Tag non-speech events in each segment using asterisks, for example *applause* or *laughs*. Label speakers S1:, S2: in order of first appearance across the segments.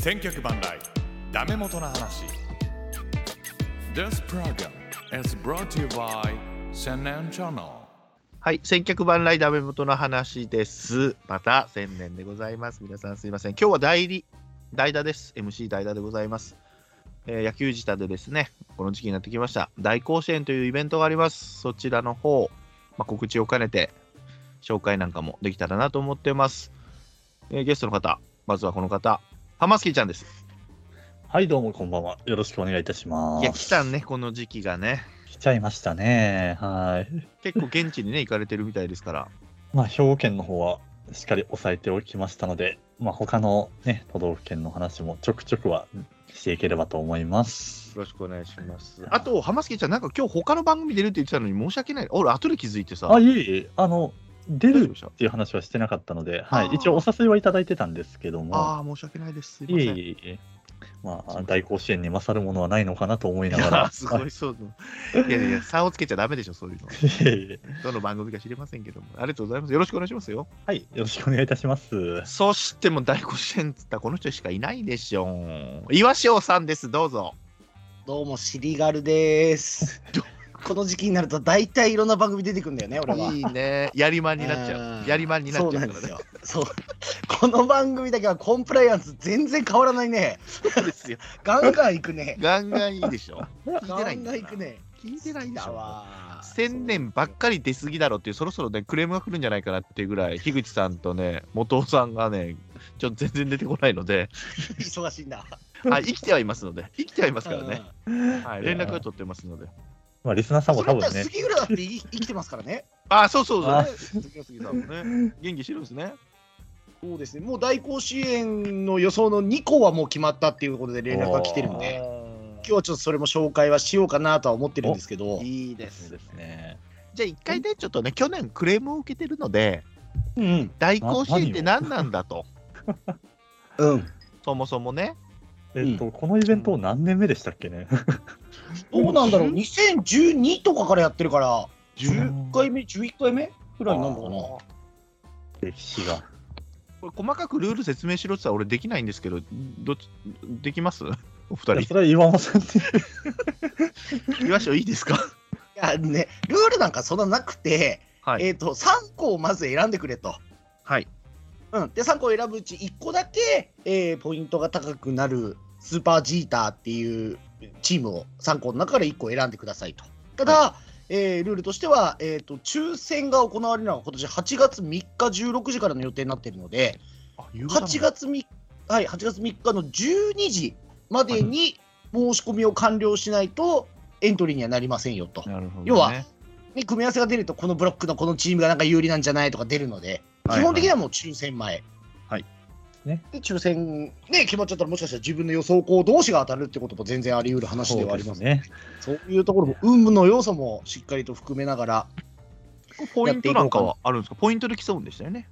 S1: 千脚万来ダメ元の話 This program is brought to you by Senan Channel
S2: はい、千客万来ダメ元の話です。また千年でございます。皆さんすいません。今日は代理、代打です。MC 代打でございます。えー野球自体でですね、この時期になってきました。大甲子園というイベントがあります。そちらの方、まあ、告知を兼ねて、紹介なんかもできたらなと思ってます。えーゲストの方、まずはこの方、ハマスキーちゃんです。
S3: はい、どうもこんばんは。よろしくお願いいたします。
S2: いや、来たね、この時期がね。
S3: 来ちゃいましたね。はい。
S2: 結構現地にね、行かれてるみたいですから。
S3: まあ、兵庫県の方はしっかり抑えておきましたので、まあ、他のね、都道府県の話もちょくちょくはしていければと思います。
S2: よろしくお願いします。あと、浜助ちゃん、なんか今日他の番組出るって言ってたのに申し訳ない。俺、後で気づいてさ。
S3: あ、いえいえ、あの、出
S2: 大丈夫
S3: る
S2: でしょ
S3: っていう話はしてなかったので、
S2: あ
S3: は
S2: ー
S3: い、一応お誘いはいただいてたんですけども、
S2: あー申し訳ないです。すい
S3: い
S2: ま
S3: え
S2: せ
S3: い
S2: ん。
S3: えいえ、まあ、大甲子園に勝るものはないのかなと思い
S2: い
S3: なが
S2: や
S3: ら、
S2: すご
S3: はい
S2: いそうだいやいや、差をつけちゃダメでしょ、そういうの。
S3: *laughs* いえいえ
S2: どの番組か知りませんけども。ありがとうございます。よろしくお願いしますよ。
S3: はい、よろしくお願いいたします。
S2: そして、もう大甲子園っつったらこの人しかいないでしょ岩塩さんです、どうぞ。
S4: どうも、シリガルです。 *laughs* この時期になると、大体いろんな番組出てくんだよね、俺は。
S2: いいね。やりまんになっちゃ
S4: ん
S2: う。やりまんになっちゃうからね。
S4: そうなんですよ。そう。この番組だけはコンプライアンス全然変わらないね。
S2: そうですよ。
S4: ガンガン行くね。
S2: *laughs* ガンガンいいでしょ。聞いてな
S4: ガ
S2: いん
S4: ン
S2: だか
S4: ガン
S2: ら
S4: 行くね。
S2: 聞いてないでし
S4: だ
S2: ょ。
S4: わ。
S2: 千年ばっかり出過ぎだろっていうそろそろねクレームが来るんじゃないかなっていうぐらい樋口さんとね元尾さんがねちょっと全然出てこないの *laughs* で、
S4: 忙しいんだ。
S2: はい、生きてはいますので生きてはいますからね、
S4: うん。
S2: はい、連絡は取ってますので
S3: まあ、リスナーさんも
S4: それ
S3: 多
S4: だ
S3: 分
S4: ったら
S3: ね、
S4: 杉浦だってい生きてますからね。
S2: ああそうそうそう、
S4: *laughs*
S3: あ
S2: ね、杉浦杉さんもね元気してるんですね
S4: そうですね。もう大甲子園の予想の2個はもう決まったっていうことで連絡が来てるんで、今日はちょっとそれも紹介はしようかなとは思ってるんですけど。
S2: いいで
S3: そうですね。
S2: じゃあ一回ねちょっとね去年クレームを受けてるので
S4: うん。
S2: 大甲子園って何なんだと
S4: うん。
S2: そもそもね
S3: えっと、このイベント何年目でしたっけね。
S4: どうなんだろう、2012とかからやってるから、10
S3: *laughs*
S4: 回目、11回目ぐらいになるのかな。
S2: こ
S3: 歴史が。
S2: れ細かくルール説明しろって言ったら俺できないんですけどどっちできますお二
S3: いや
S2: 人 *laughs*
S3: それは岩間さんに。
S2: 岩塩いいですか
S4: いやね、ルールなんかそんななくて、
S2: はい
S4: えー、と3個をまず選んでくれと。
S2: はい。
S4: うん、で、3個を選ぶうち1個だけ、えーポイントが高くなるスーパージーターっていうチームを3個の中から1個選んでくださいと。ただ、えールールとしては、えーと、抽選が行われるのは今年8月3日16時からの予定になっているので、
S2: あ夕方なんだ
S4: 8月3、はい、8月3日の12時までに申し込みを完了しないとエントリーにはなりませんよと、
S2: なるほどね
S4: 要はね、組み合わせが出るとこのブロックのこのチームがなんか有利なんじゃないとか出るので
S2: はい
S4: 基本的にはもう抽選前、
S2: はい
S3: ね
S4: で抽選、ね、決まっちゃったらもしかしたら自分の予想校同士が当たるってことも全然あり得る話ではあります
S3: ね。
S4: そういうところも運の要素もしっかりと含めながら
S2: ポイントなんかはあるんですかポイントで競うんでしたよね。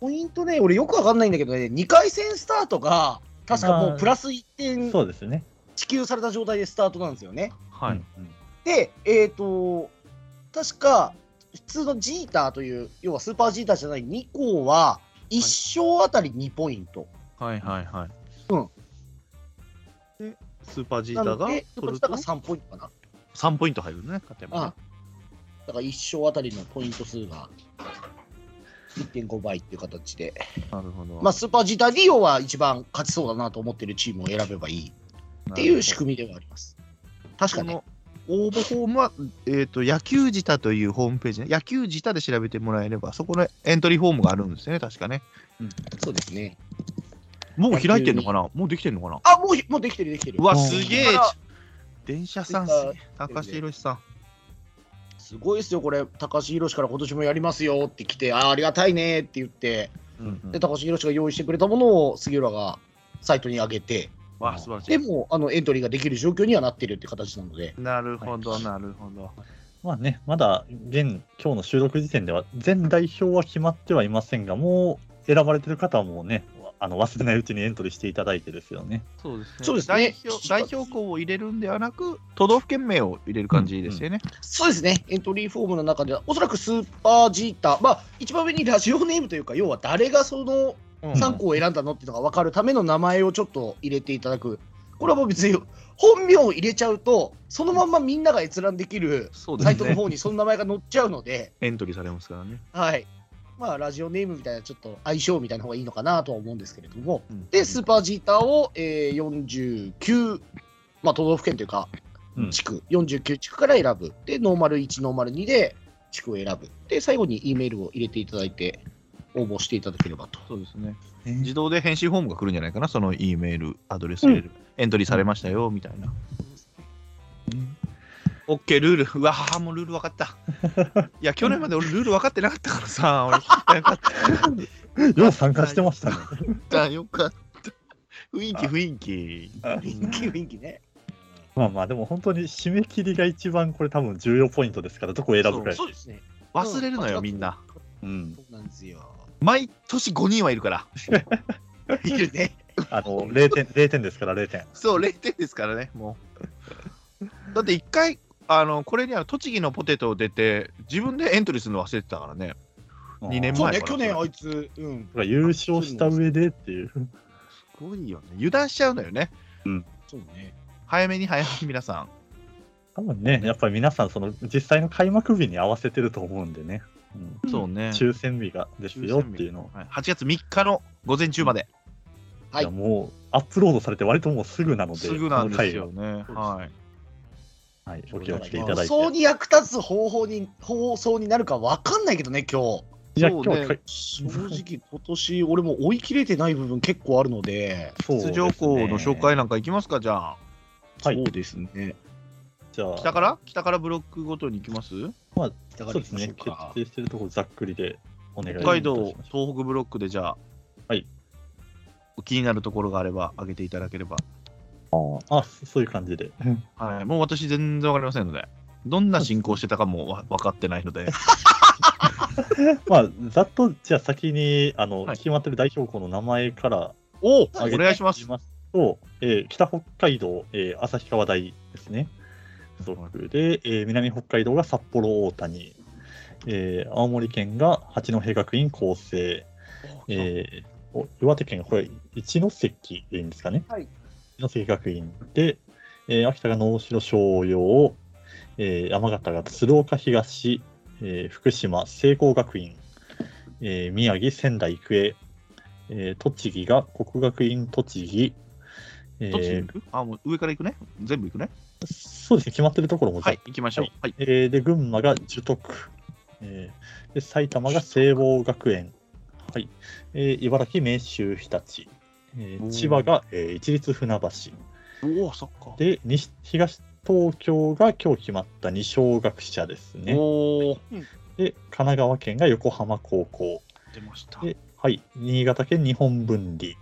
S4: ポイントね俺よくわかんないんだけどね2回戦スタートが確かもうプラス1点
S3: そうですね。
S4: 支給された状態でスタートなんですよね。
S2: はい
S3: うん。うん
S4: で、えっ、と、確か、普通のジーターという、要はスーパージーターじゃない2項は、1勝あたり2ポイント。
S2: はいはいはい。
S4: うん。
S2: で、スーパージー
S4: な
S2: ター
S4: の
S2: が
S4: で、スーパ
S2: 取
S4: ー
S2: る
S4: ジータ
S2: と
S4: ーが3ポイントかな。
S2: 3ポイント入るね、勝てばね。
S4: だから1勝あたりのポイント数が1.5倍っていう形で、
S2: なるほど。
S4: まあ、スーパージーター利用は一番勝ちそうだなと思ってるチームを選べばいいっていう仕組みではあります。確か
S2: こ
S4: ね。
S2: の応募フォームは、えー、と野球自体というホームページね、野球自体で調べてもらえれば、そこのエントリーフォームがあるんですよね、確かね。
S4: そうですね。
S2: もう開いてんのかなもうできてんのかな
S4: あ、もうひ、もうできてるできてる。
S2: うわ、
S3: うん
S2: すげえ
S4: あ
S2: 電車さん、す
S4: Twitter
S2: げえ高橋宏さん。
S4: すごいですよ、これ、高橋宏から今年もやりますよって来て、あーありがたいねって言って、
S3: うんうん
S4: で高橋宏が用意してくれたものを杉浦がサイトに上げて、
S2: わ、素晴らし
S4: で
S2: い。
S4: もあのエントリーができる状況にはなってるって形なので、
S2: なるほど、なるほど。
S3: まあね、まだ現、今日の収録時点では、全代表は決まってはいませんが、もう選ばれてる方はもうね、あの忘れないうちにエントリーしていただいてですよね。
S2: そうですね
S4: そうです
S2: 代
S4: ね
S2: 表代表校を入れるんではなく、都道府県名を入れる感じですよね。
S4: そうですね、エントリーフォームの中では、おそらくスーパージーター、まあ、一番上にラジオネームというか、要は誰がその
S2: うん
S4: 3個を選んだのっていうのが分かるための名前をちょっと入れていただく。これはもう別に本名を入れちゃうと、そのまんまみんなが閲覧できる
S2: そうで
S4: サ
S2: す
S4: イトの
S2: ね。
S4: 方にその名前が載っちゃうので、
S2: エントリーされますからね。
S4: はい。まあ、ラジオネームみたいな、ちょっと相性みたいな方がいいのかなとは思うんですけれども。
S2: うん
S4: で、スーパージーターを、えー49、まあ、都道府県というか
S3: うん、
S4: 地区、49地区から選ぶ。で、ノーマル1、ノーマル2で地区を選ぶ。で、最後に E メールを入れていただいて、応募していただければと。
S2: そうですね。
S3: ね
S2: 自動で返信フォームが来るんじゃないかな、その E メール、アドレス入れる、エントリーされましたよ、みたいな。オッケールール。うわぁ、もうルール分か *laughs* った。いや、去年まで俺ルール分かってなかったからさ、俺聞き *laughs* たかっ
S3: よう参加してましたね。
S2: た。よかった。雰囲気、雰囲気。
S4: 雰囲気、雰囲気ね。
S3: まあまあ、でも本当に締め切りが一番これ多分重要ポイントですから、どこを選ぶかや
S4: そうですね。
S2: 忘れるの
S4: う
S2: よ、
S4: ん
S2: みんな。
S3: うん
S4: そ。うなん
S2: *laughs*
S4: ですよ。
S2: 毎年5人はいるから。
S4: いるね。
S3: あの、0点、0点ですから、0点。
S2: そう、0点ですからね、もう。だ *laughs* って一回、あのこれには栃木のポテトを出て、自分でエントリーするの忘れてたからね。二年前
S4: *laughs* そうね、
S2: かな
S4: 去年あいつ、うん、
S3: だから優勝した上でっていう。
S2: すごいよね。油断しちゃうのよね。
S4: そうね。
S2: 早めに早めに皆さん。
S3: 多分ね、やっぱり皆さん、その実際の開幕日に合わせてると思うんでね。うん
S2: そうね
S3: 抽選日がですよっていうのを。
S2: はい、8月3日の午前中まで。
S4: はい
S3: いやもうアップロードされて割ともうすぐなので、
S2: すぐなんですよね。
S3: この回を
S2: はい。
S3: はい、
S2: そ
S3: お
S2: う
S3: 気をつけいた
S4: 放
S3: だいて。
S4: 送に役立つ方法に放送になるか分かんないけどね、今日。
S3: いや、
S2: そう
S3: 今
S2: ね
S3: 日か、
S4: 正直、今年俺も追い切れてない部分結構あるので、
S3: そうです
S2: 出
S3: ね
S2: 場校の紹介なんか行きますか、じゃあ。
S3: はい
S4: そうですね。
S3: じゃ
S2: 北
S3: あ、
S2: から北からブロックごとに行きます
S4: だか
S3: そ
S4: ら
S3: う
S4: 行
S3: で
S4: き
S3: す
S4: ましょ
S3: ね、
S4: う
S3: 決
S4: か。
S3: 定してるところざっくりでお願いいた
S2: 北
S3: しま
S2: 海
S3: す
S2: 道、東北ブロックでじゃあ、
S3: はい
S2: 気になるところがあれば、上げていただければ。
S3: あ、そそういう感じで。
S2: はい、もう私、全然わかりませんので、どんな進行してたかもわ分かってないので、
S3: まあ、ざっと、じゃあ先に、あの、
S2: はい
S3: 決まってる代表校の名前から
S2: おお
S3: 挙げて
S2: 願いしま
S3: い
S2: す
S3: き。ますと、えー北北海道、えー旭川大ですね。属で、えー南北海道が札幌大谷、えー青森県が八戸学院光星、えーお岩手県がこれ、一関でいいんですかね。
S4: はい
S3: 一関学院で、えー秋田が能代松陽、えー山形が鶴岡東、えー福島聖光学院、えー宮城仙台育英、えー栃木が国学院栃木、えー
S2: どっちに行くあもう上から行くね全部行くね
S3: そうですね、決まってるところもざ
S2: は
S3: っ
S2: い、行きましょう。はい。
S3: えーで、群馬が樹徳、えーで埼玉が聖望学園、はいえー茨城明秀日立、えー
S2: おー
S3: 千葉が、えー一律船橋、
S2: おお、そっか。
S3: で西東東京が今日決まった二小学者ですね。
S2: おお、
S3: で、神奈川県が横浜高校、
S2: 出ました。
S3: ではい、新潟県日本分離、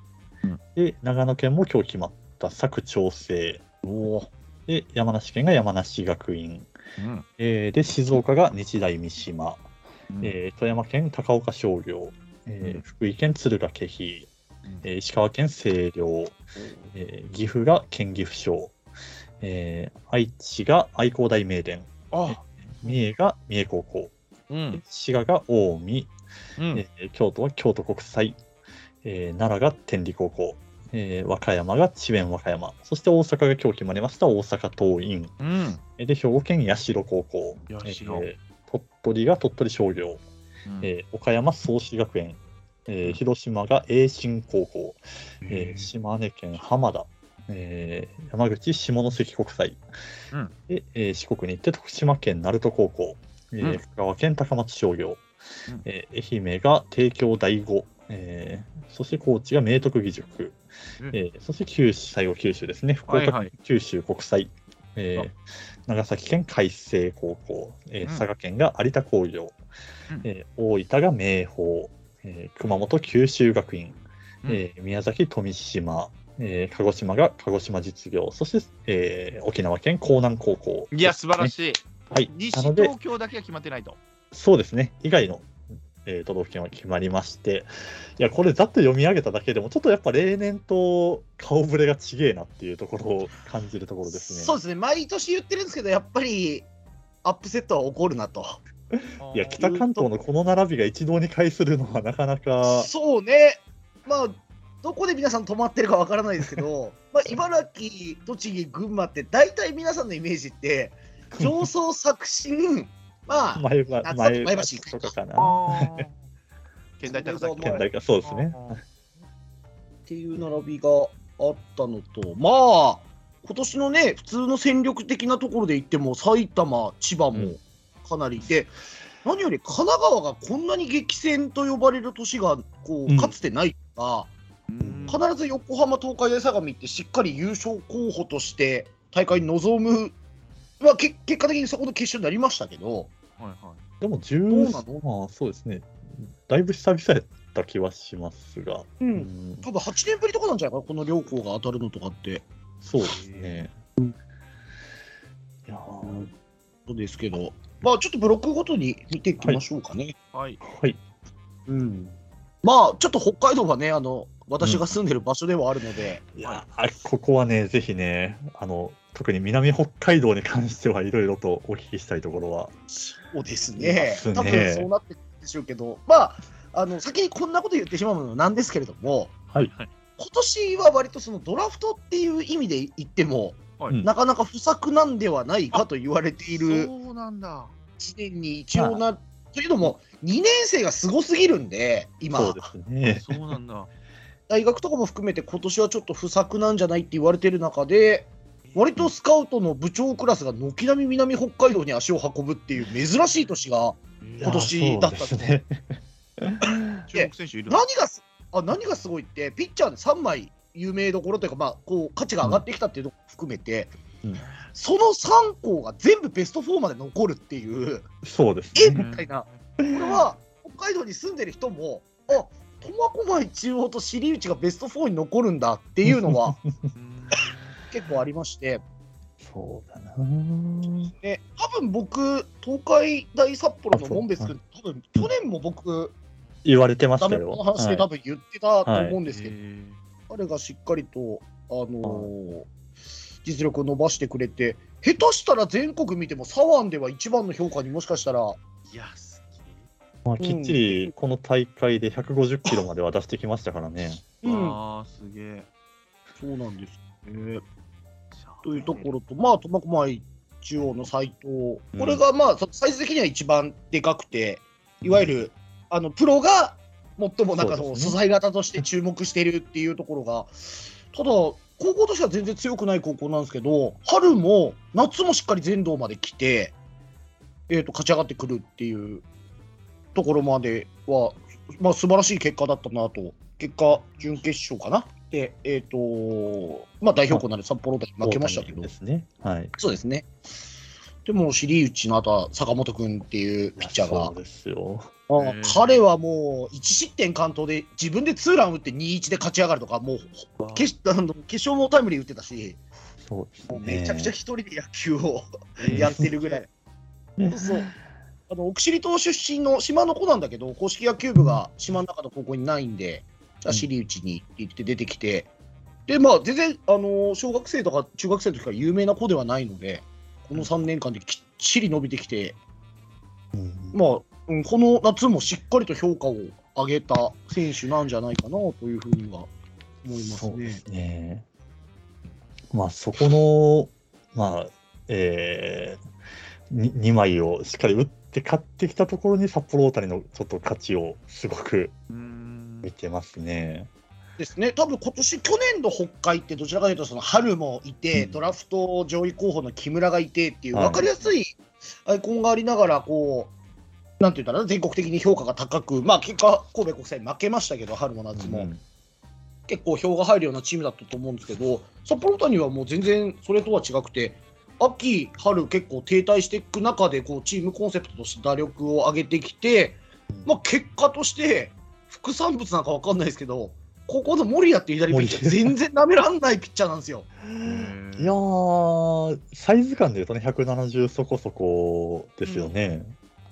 S2: うん
S3: で長野県も今日決まった佐久長聖
S2: おお、
S3: で、山梨県が山梨学院、
S2: うん
S3: えーで静岡が日大三島。えー富山県高岡商業、えー
S2: うん
S3: 福井県敦賀気比、
S2: うん
S3: えー石川県星稜、えー岐阜が県岐阜商、えー愛知が愛工大名電、
S2: あ、
S3: 三重が三重高校、
S2: うん、
S3: 滋賀が近江、
S2: うん
S3: え、ー京都は京都国際、えー奈良が天理高校、えー和歌山が智弁和歌山、そして大阪が今日決まりました大阪桐蔭、
S2: うん、
S3: えーで兵庫県社高校、
S2: 社
S3: ー鳥取が鳥取商業、えー岡山創志学園、えー
S2: うん
S3: 広島が栄新高校、
S2: え
S3: えー島根県浜田、えー山口下関国際、
S2: うん
S3: でえー四国に行って徳島県鳴門高校、えー
S2: うん
S3: 香川県高松商業、
S2: うん
S3: えー愛媛が帝京第五、えーそして高知が明徳義塾、
S2: うん
S3: えーそして九州最後九州ですね福
S2: はい
S3: 岡県
S2: はい。
S3: 九州国際、えー
S2: あ
S3: 長崎県海星高校、えー
S2: うん
S3: 佐賀県が有田工業、
S2: うん
S3: えー大分が明豊、えー熊本九州学院、
S2: うん
S3: えー宮崎富島、えー鹿児島が鹿児島実業、そして、えー沖縄県江南高校、
S2: いや、素晴ら
S3: い。
S2: しい。
S3: はい、
S2: 西
S3: なので
S2: 東、京だけは決まってないと。
S3: そうですね、以外の、えー都道府県は決まりまして、いや、これ、ざっと読み上げただけでも、ちょっとやっぱ例年と顔ぶれがちげえなっていうところを感じるところですね。
S4: そうですね、毎年言ってるんですけど、やっぱりアップセットは起こるなと。
S3: いや、北関東のこの並びが一堂に会するのはなかなか、
S4: そうね、まあ、どこで皆さん止まってるかわからないです
S3: *laughs*
S4: けど、まあ、茨城、栃木、群馬って、大体皆さんのイメージ
S3: *laughs*
S4: って、上層作新、まあ、
S3: 前ば
S4: 夏だと
S3: 前
S4: 前
S3: 橋
S4: 橋
S3: とかかな。
S2: あー県大高崎
S4: 県
S3: 県大かそうですね。
S4: っていう並びがあったのと、まあ、今年のね、普通の戦力的なところで言っても、埼玉、千葉
S3: うん
S4: もかなりいて、何より神奈川がこんなに激戦と呼ばれる年がこ
S3: うん
S4: うかつてないか、
S2: うん
S4: 必ず横浜、東海大相模ってしっかり優勝候補として大会に臨む、まあ、け結果的にそこの決勝になりましたけど、
S2: はいはい
S3: でも
S4: う
S3: 10、
S4: な
S3: まあそうですね。だいぶ久々やった気はしますが。
S4: う、
S3: うんん、
S4: 多分8年ぶりとかなんじゃないかな、この両校が当たるのとかって。
S3: そうですね。いやー
S4: ことですけど、まあちょっとブロックごとに見ていきましょうかね。
S2: はい。
S3: はい。
S4: うん、まあちょっと北海道はね、あの私が住んでる場所ではあるので、
S3: いやーここはね、ぜひね、あの、特に南北海道に関してはいろいろとお聞きしたいところは。
S4: そうですね
S3: そうですね
S4: 多分そうなってくるでしょうけど、まああの先にこんなこと言ってしまうのなんですけれども、
S3: はい。
S4: 今年は割とそのドラフトっていう意味で言っても、
S2: はい
S4: なかなか不作なんではないかと言われている
S2: そうなんだ。
S4: 1年に一応な、というのも、2年生がすごすぎるんで、今。
S3: そうですね。
S2: そうなんだ。
S4: 大学とかも含めて今年はちょっと不作なんじゃないって言われてる中で割とスカウトの部長クラスが軒並み南北海道に足を運ぶっていう珍しい年が
S2: 今
S4: 今年だっ
S3: い
S4: たんで
S3: やそ
S4: す
S3: う
S4: ね
S3: ですね。
S2: 中国選手いるの
S4: 何がすあ何がすごいってピッチャーで3枚有名どころというか、まあ、こう価値が上がってきたっていうのも含めて、
S3: うん
S4: その3校が全部ベスト4まで残るっていう
S3: そうです
S4: え
S3: ね。
S4: みたいなこれは北海道に住んでる人もあ苫小牧中央と尻内がベスト4に残るんだっていうのは
S2: うん
S4: 結構ありまして。
S3: そうだなー
S4: で多分僕、東海大札幌の門別
S3: あそ
S4: 君、多分去年も僕、
S3: 言われてまし
S4: ダ
S3: た
S4: メ
S3: よ。
S4: この
S3: は
S4: 話で
S3: い
S4: 多分言ってたと思うんですけど、
S2: へ
S4: 彼がしっかりと、あのー実力を伸ばしてくれて、下手したら全国見ても、左腕では一番の評価にもしかしたら、
S2: ーいや、すげえ。
S3: まあ、きっちりこの大会で150キロまでは出してきましたからね。
S4: うん、
S2: ああ、すげえ。
S4: そうなんですね。というところと、まあ、苫小牧中央の斎藤、これがまあ、そサイズ的には一番でかくて、いわゆる、あのプロが最もなんかそ
S3: そう
S4: の
S3: ですね
S4: 素材型として注目しているっていうところが、ただ、高校としては全然強くない高校なんですけど、春も夏もしっかり全道まで来て、えー、と勝ち上がってくるっていうところまでは、まあ、素晴らしい結果だったなと、結果、準決勝かな。で、えっ、と、まあ、代表校になる札幌大 *laughs* 負けましたけど
S3: で、すね。はい。
S4: そうですね。でも、尻内の後は坂本君っていうピッチャーが
S3: そう、ですよ。
S4: あ
S2: へえ
S4: 彼はもう1失点完投で自分でツーラン打って2-1で勝ち上がるとか、もう決あの決勝もタイムリー打ってたし、
S3: そうです
S4: も
S3: ね。
S4: うめちゃくちゃ一人で野球を
S2: えー
S4: やってるぐ
S2: *laughs*
S4: らい。そうそうあの奥尻島出身の島の子なんだけど、公式野球部が島の中の高校にないんで、じゃあ、尻内に行って出てきて、で、まあ、全然、あの小学生とか中学生の時から有名な子ではないので、この3年間できっちり伸びてきて、
S3: うん
S4: まあ、うんこの夏もしっかりと評価を上げた選手なんじゃないかなというふうには思います
S3: そうで
S4: ね
S3: す。ね。まあそこの、まあ、えー、に2枚をしっかり打って勝ってきたところに札幌大谷のちょっと価値をすごく
S2: うん
S3: 見てますね。
S4: ですね、多分今年去年の北海って、どちらかというと、その春もいて、
S3: うん
S4: ドラフト上位候補の木村がいてっていう、
S3: はい
S4: 分かりやすいアイコンがありながら、こう、なんていうんだろうな、全国的に評価が高く、まあ、結果、神戸国際負けましたけど、春も夏も、
S3: うん
S4: 結構票が入るようなチームだったと思うんですけど、札幌谷はもう全然それとは違くて、秋、春、結構停滞していく中でこう、チームコンセプトとして打力を上げてきて、まあ、結果として、副産物なんか分かんないですけど、ここの森谷って左ピッチャー、
S3: 森
S4: 全然なめらんないピッチャーなんです *laughs* よ。
S3: いやー、サイズ感でいうとね、170そこそこですよね。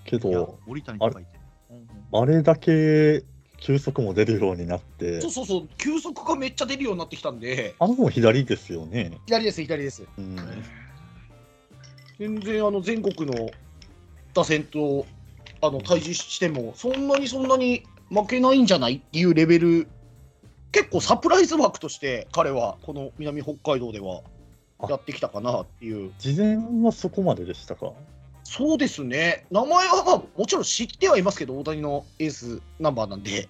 S3: け
S2: いや
S3: ど、
S2: 森谷とかいて。うん
S3: あれだけ球速も出るようになって
S4: そう、そうそう、球速がめっちゃ出るようになってきたんで、
S3: あの子も左ですよね。
S4: 左です、左です。
S3: うん
S4: 全然あの全国の打線とあの対峙してもそんなにそんなに負けないんじゃないっていうレベル結構サプライズ枠として彼はこの南北海道では
S3: あ
S4: やってきたかなっていう
S3: 事前はそこまででしたか。
S4: そうですね名前はまあもちろん知ってはいますけど大谷のエースナンバーなんで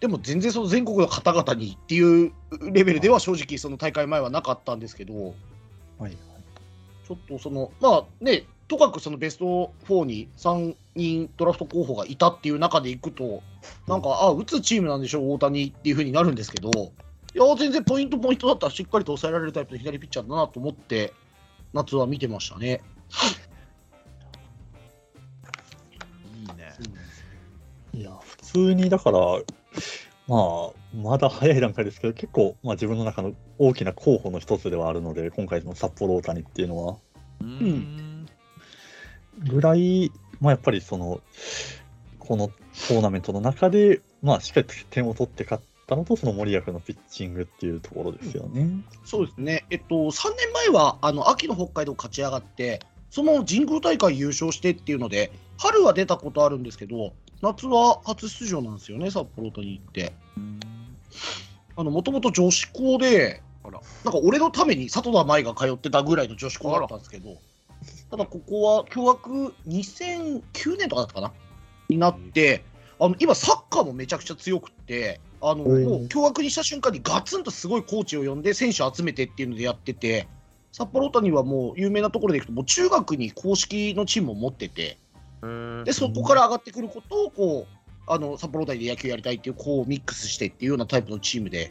S4: でも全然その全国の方々にっていうレベルでは正直その大会前はなかったんですけど
S3: はいはい。
S4: ちょっとそのまあねとかくそのベスト4に3人ドラフト候補がいたっていう中でいくとなんかあ打つチームなんでしょう大谷っていう風になるんですけどいや全然ポイントポイントだったらしっかりと抑えられるタイプの左ピッチャーだなと思って夏は見てましたね。
S2: いいね。
S3: いや、普通にだから、まあ、まだ早い段階ですけど、結構、まあ、自分の中の大きな候補の一つではあるので、今回の札幌大谷っていうのは、
S2: うんん。
S3: ぐらい、まあ、やっぱりその、このトーナメントの中で、まあ、しっかり点を取って勝ったのと、その森役のピッチングっていうところですよね。
S4: そうですね、えっと、3年前はあの秋の北海道勝ち上がって、その神宮大会優勝してっていうので、春は出たことあるんですけど、夏は初出場なんですよね、札幌とに行って。もともと女子校で
S2: あら、
S4: なんか俺のために里田舞が通ってたぐらいの女子校だったんですけど、ただここは共学2009年とかだったかな、になって、あの今、サッカーもめちゃくちゃ強くって、あの
S3: うん
S4: もう共学にした瞬間にガツンとすごいコーチを呼んで、選手集めてっていうのでやってて、札幌大谷はもう有名なところでいくと、もう中学に公式のチームを持ってて、でそこから上がってくることをこうあの札幌大谷で野球やりたいっていう子をミックスしてっていうようなタイプのチームで、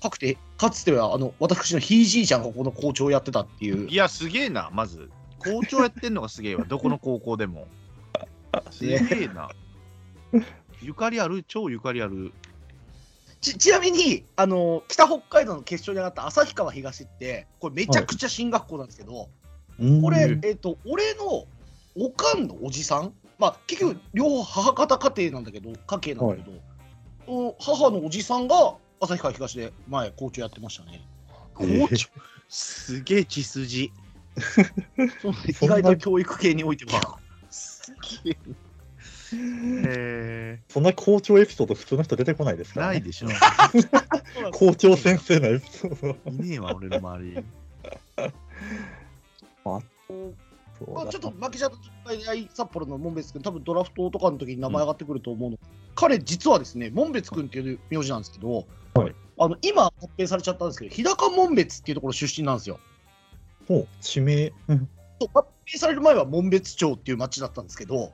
S4: かくてかつてはあの私のひいじいちゃんがここの校長をやってたっていう
S2: い。や、すげえな、まず。校長やってんのがすげえわ、どこの高校でも。すげえな。ゆかりある、超ゆかりある。
S4: ちちなみにあの北北海道の決勝に上がった旭川東ってこれめちゃくちゃ進学校なんですけど、
S3: うん
S4: これ、
S2: うん
S4: えっと俺のおかんのおじさんまあ結局両方母方家庭なんだけど家系なんだけど、お母のおじさんが旭川東で前校長やってましたね。
S2: 校長、すげえ血筋。
S4: そう
S3: そ
S4: 意
S3: んな
S4: 外と教育系においては。
S2: え
S3: そんな校長エピソード、普通の人出てこないです
S2: ー、
S3: から、
S2: ないでしょ。
S3: 校長先生のエピソー
S2: いねえわ、俺の周り。
S3: ド。
S4: まあ、ちょっと負けちゃった東海大札幌の門別君、多分ドラフトとかの時に名前上がってくると思うの、彼、実はですね、門別君っていう名字なんですけど、
S3: はい
S4: あの今、発表されちゃったんですけど、日高門別っていうところ出身なんですよ。
S3: もう地名、うん
S4: そう発表される前は門別町っていう町だったんですけど、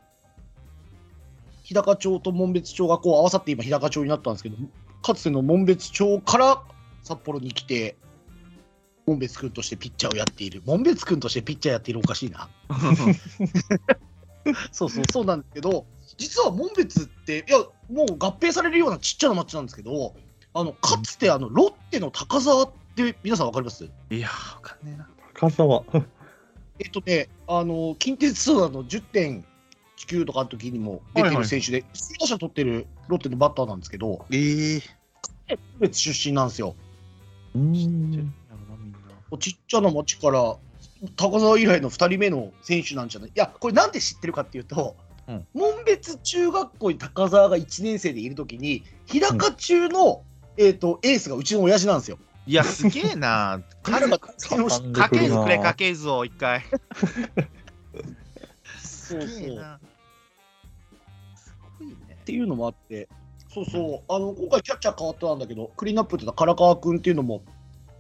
S4: 日高町と門別町がこう合わさって今、日高町になったんですけど、かつての門別町から札幌に来て、門別君としてピッチャーをやっている、門別君としてピッチャーやっているおかしいな。そうそうそうなんですけど、実は門別って、いや、もう合併されるようなちっちゃな町なんですけど、あのかつてあのロッテの高沢って皆さんわかります
S2: いやー、わかんねえな。
S3: 高沢。
S4: えっとね、あの近鉄ツアーの10.19とかの時にも出てる選手で、出場者取ってるロッテのバッターなんですけど、
S2: ええー。
S4: 門別出身なんですよ。
S3: うん
S4: ちっちゃな町から高沢以来の2人目の選手なんじゃないいやこれなんで知ってるかっていうと、
S2: うん
S4: 門別中学校に高沢が1年生でいる時に日高中の、えー、とエースがうちの親父なんですよ。
S2: いや、すげえな。か
S4: 彼が活用し
S2: かけずくれ、かけずを一回。
S4: そうそう
S2: すげえ
S4: っ
S2: なすごいね。
S4: ていうのもあってそうそうあの今回キャッチャー変わったんだけどクリーンアップって言った唐川君っていうのも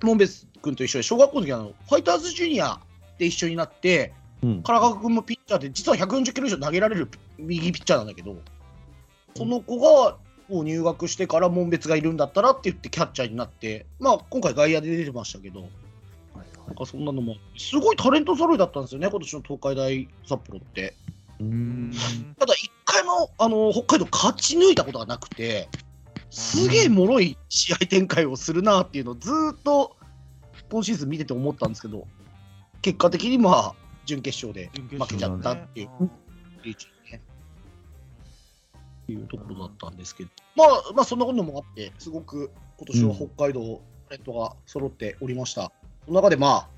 S4: 門別君と一緒で小学校の時あのファイターズジュニアで一緒になって
S3: うん
S4: 唐川君もピッチャーで実は140キロ以上投げられる右ピッチャーなんだけど。その子がこう入学してから門別がいるんだったらって言ってキャッチャーになって、まあ、今回外野で出てましたけど、なんかそんなのもすごいタレント揃いだったんですよね今年の東海大札幌って
S3: うん
S4: ただ一回もあの北海道勝ち抜いたことがなくてすげえ脆い試合展開をするなっていうのをずーっと今シーズン見てて思ったんですけど結果的にまあ準決勝で負けちゃったっていうリーチね。っていうところだったんですけど、まあ、まあ、そんなこともあって、すごく今年は北海道、タレントが揃っておりました。その中で、まあ、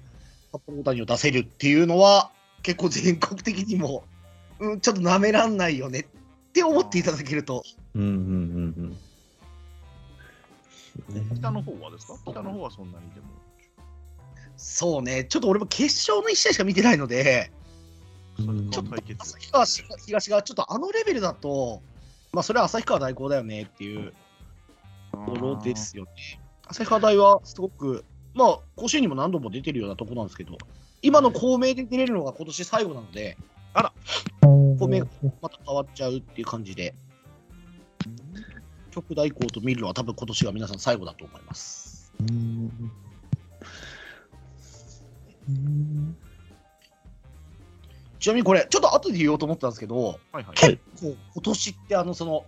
S4: 札幌大谷を出せるっていうのは、結構全国的にも、うん、ちょっとなめらんないよねって思っていただけると、
S3: うんうんうんうん。よね。
S2: 北の方はですか北の方はそんなにでも。
S4: そうね、ちょっと俺も決勝の1試合しか見てないので、
S3: うん
S2: ちょっと対決
S4: 旭川東がちょっとあのレベルだと、まあ、それは旭川大高だよねっていうところですよね。旭川大はすごく、まあ、甲子園にも何度も出てるようなとこなんですけど、今の公明で出れるのが今年最後なので、公明がまた変わっちゃうっていう感じで、極大高と見るのは多分今年が皆さん最後だと思います。
S3: うんうん
S4: ちなみにこれ、ちょっと後で言おうと思ったんですけど、
S2: はいはい。
S3: はい
S4: 結構今年ってあのその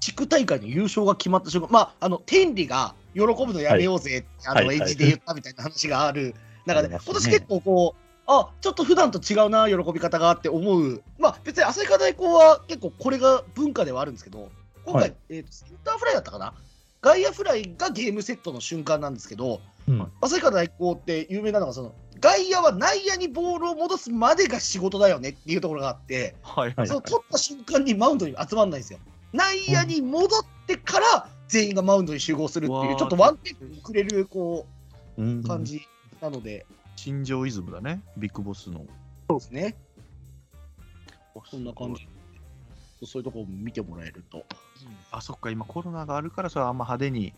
S4: 地区大会の優勝が決まった瞬間、まあ、あの天理が喜ぶのやめようぜって、
S3: はい
S4: あの
S3: はい
S4: エ
S3: はい
S4: ッジで言ったみたいな話がある中で、
S3: ありました
S4: 今
S3: ね
S4: 年結構こうあちょっと普段と違うな喜び方がって思う、まあ、別に旭川大高は結構これが文化ではあるんですけど今回、
S3: はい
S4: えーとセンターフライだったかな外野フライがゲームセットの瞬間なんですけど
S3: うん
S4: 旭川大高って有名なのがその外野は内野にボールを戻すまでが仕事だよねっていうところがあって。
S2: はい
S3: はい
S4: その取った瞬間にマウンドに集まらないんですよ。内野に戻ってから全員がマウンドに集合するって
S2: う
S4: い
S2: わ
S4: う、
S2: ー
S4: ちょっとワンテンポ遅れるこ
S3: うん
S4: う感じなので、
S2: 新庄イズムだね、ビッグボスの。
S4: そうですね、そんな感じ。そういうとこを見てもらえると。
S2: あ、そっか、今コロナがあるから、それはあんま派手に。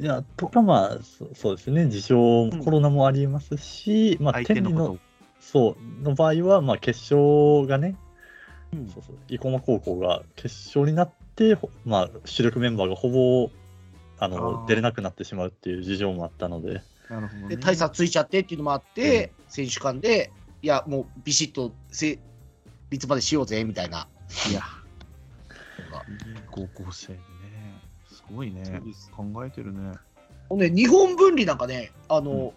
S3: いや、とかまあ、そそうですね、事情、コロナもありますし、まあ、
S2: 相手
S3: 天
S2: の
S3: 理
S2: こと
S3: の
S2: を
S3: そうの場合は、まあ、決勝がね、
S4: うん
S3: そうそう生駒高校が決勝になって、ほまあ、主力メンバーがほぼあの
S2: あー
S3: 出れなくなってしまうっていう事情もあったので、
S2: なるほどね
S4: で、大差ついちゃってっていうのもあって、選手間で、いや、もうビシッとせ立までしようぜみたいな。
S2: いや、高校生でね、すごいね、考えてるね。
S4: ほんで、日本分離なんかね、あの、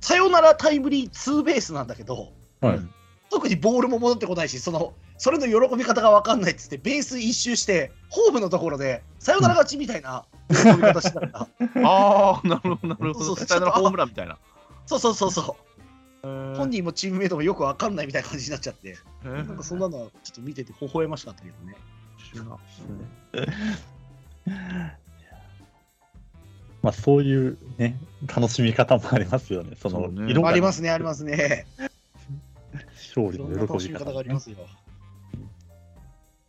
S4: サヨナラタイムリーツーベースなんだけど、
S3: はい
S2: うん
S4: 特にボールも戻ってこないし、そのそれの喜び方が分かんないっつって、ベース一周して、ホームのところで、サヨナラ勝ちみたい *laughs* な喜び方してたから、
S2: ああ、なるほど、なるほ
S4: そ
S2: ど。
S4: うそう
S2: 下のホームランみたいな。
S4: そうそうそうそう、本人もチームメイトもよく分かんないみたいな感じになっちゃって、
S2: え
S4: なんかそんなのはちょっと見てて、微笑ましかったけどね。
S3: まあ、そういう、ね、楽しみ方もありますよね、その
S2: そうね
S3: 色が
S4: ありますね、ありますね。
S3: 勝
S4: い
S3: 利
S4: ろんな
S3: の
S4: 楽
S3: 喜
S4: し
S3: び
S4: み
S3: 方,、
S4: 方がありますよ。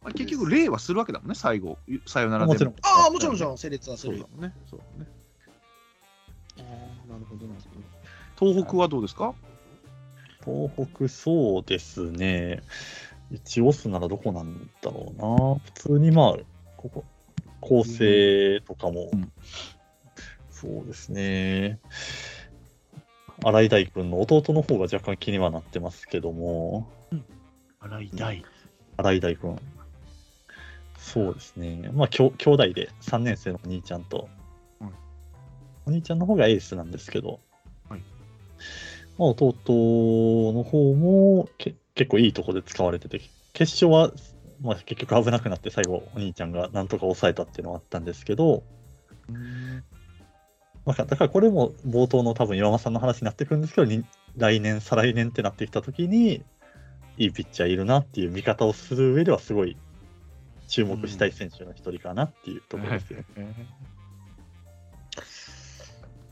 S2: まあ結局、例はするわけだもんね、最後、さよならで
S3: もちろん。
S4: ああ、もちろん、もちろん、整列はす
S2: そう
S4: る
S2: だ
S4: よ。
S2: もんね。そうだね
S4: なるほど、なるほど。
S2: 東北はどうですか
S3: 東北、そうですね。一押すならどこなんだろうな。普通にまあ、ここ、構成とかも、
S2: うん
S3: そうですね。新井大君の弟の方が若干気にはなってますけども、
S2: 洗い
S3: たい。新井大君。そうですね。まあ、きょ兄弟で3年生のお兄ちゃんと、
S2: はい
S3: お兄ちゃんの方がエースなんですけど、
S2: はい
S3: まあ、弟の方もけ結構いいとこで使われてて、決勝は、まあ、結局危なくなって最後お兄ちゃんがなんとか抑えたっていうのはあったんですけど、まあ、だからこれも冒頭の多分岩間さんの話になってくるんですけどに来年再来年ってなってきた時にいいピッチャーいるなっていう見方をする上ではすごい注目したい選手の一人かなっていうところですよ、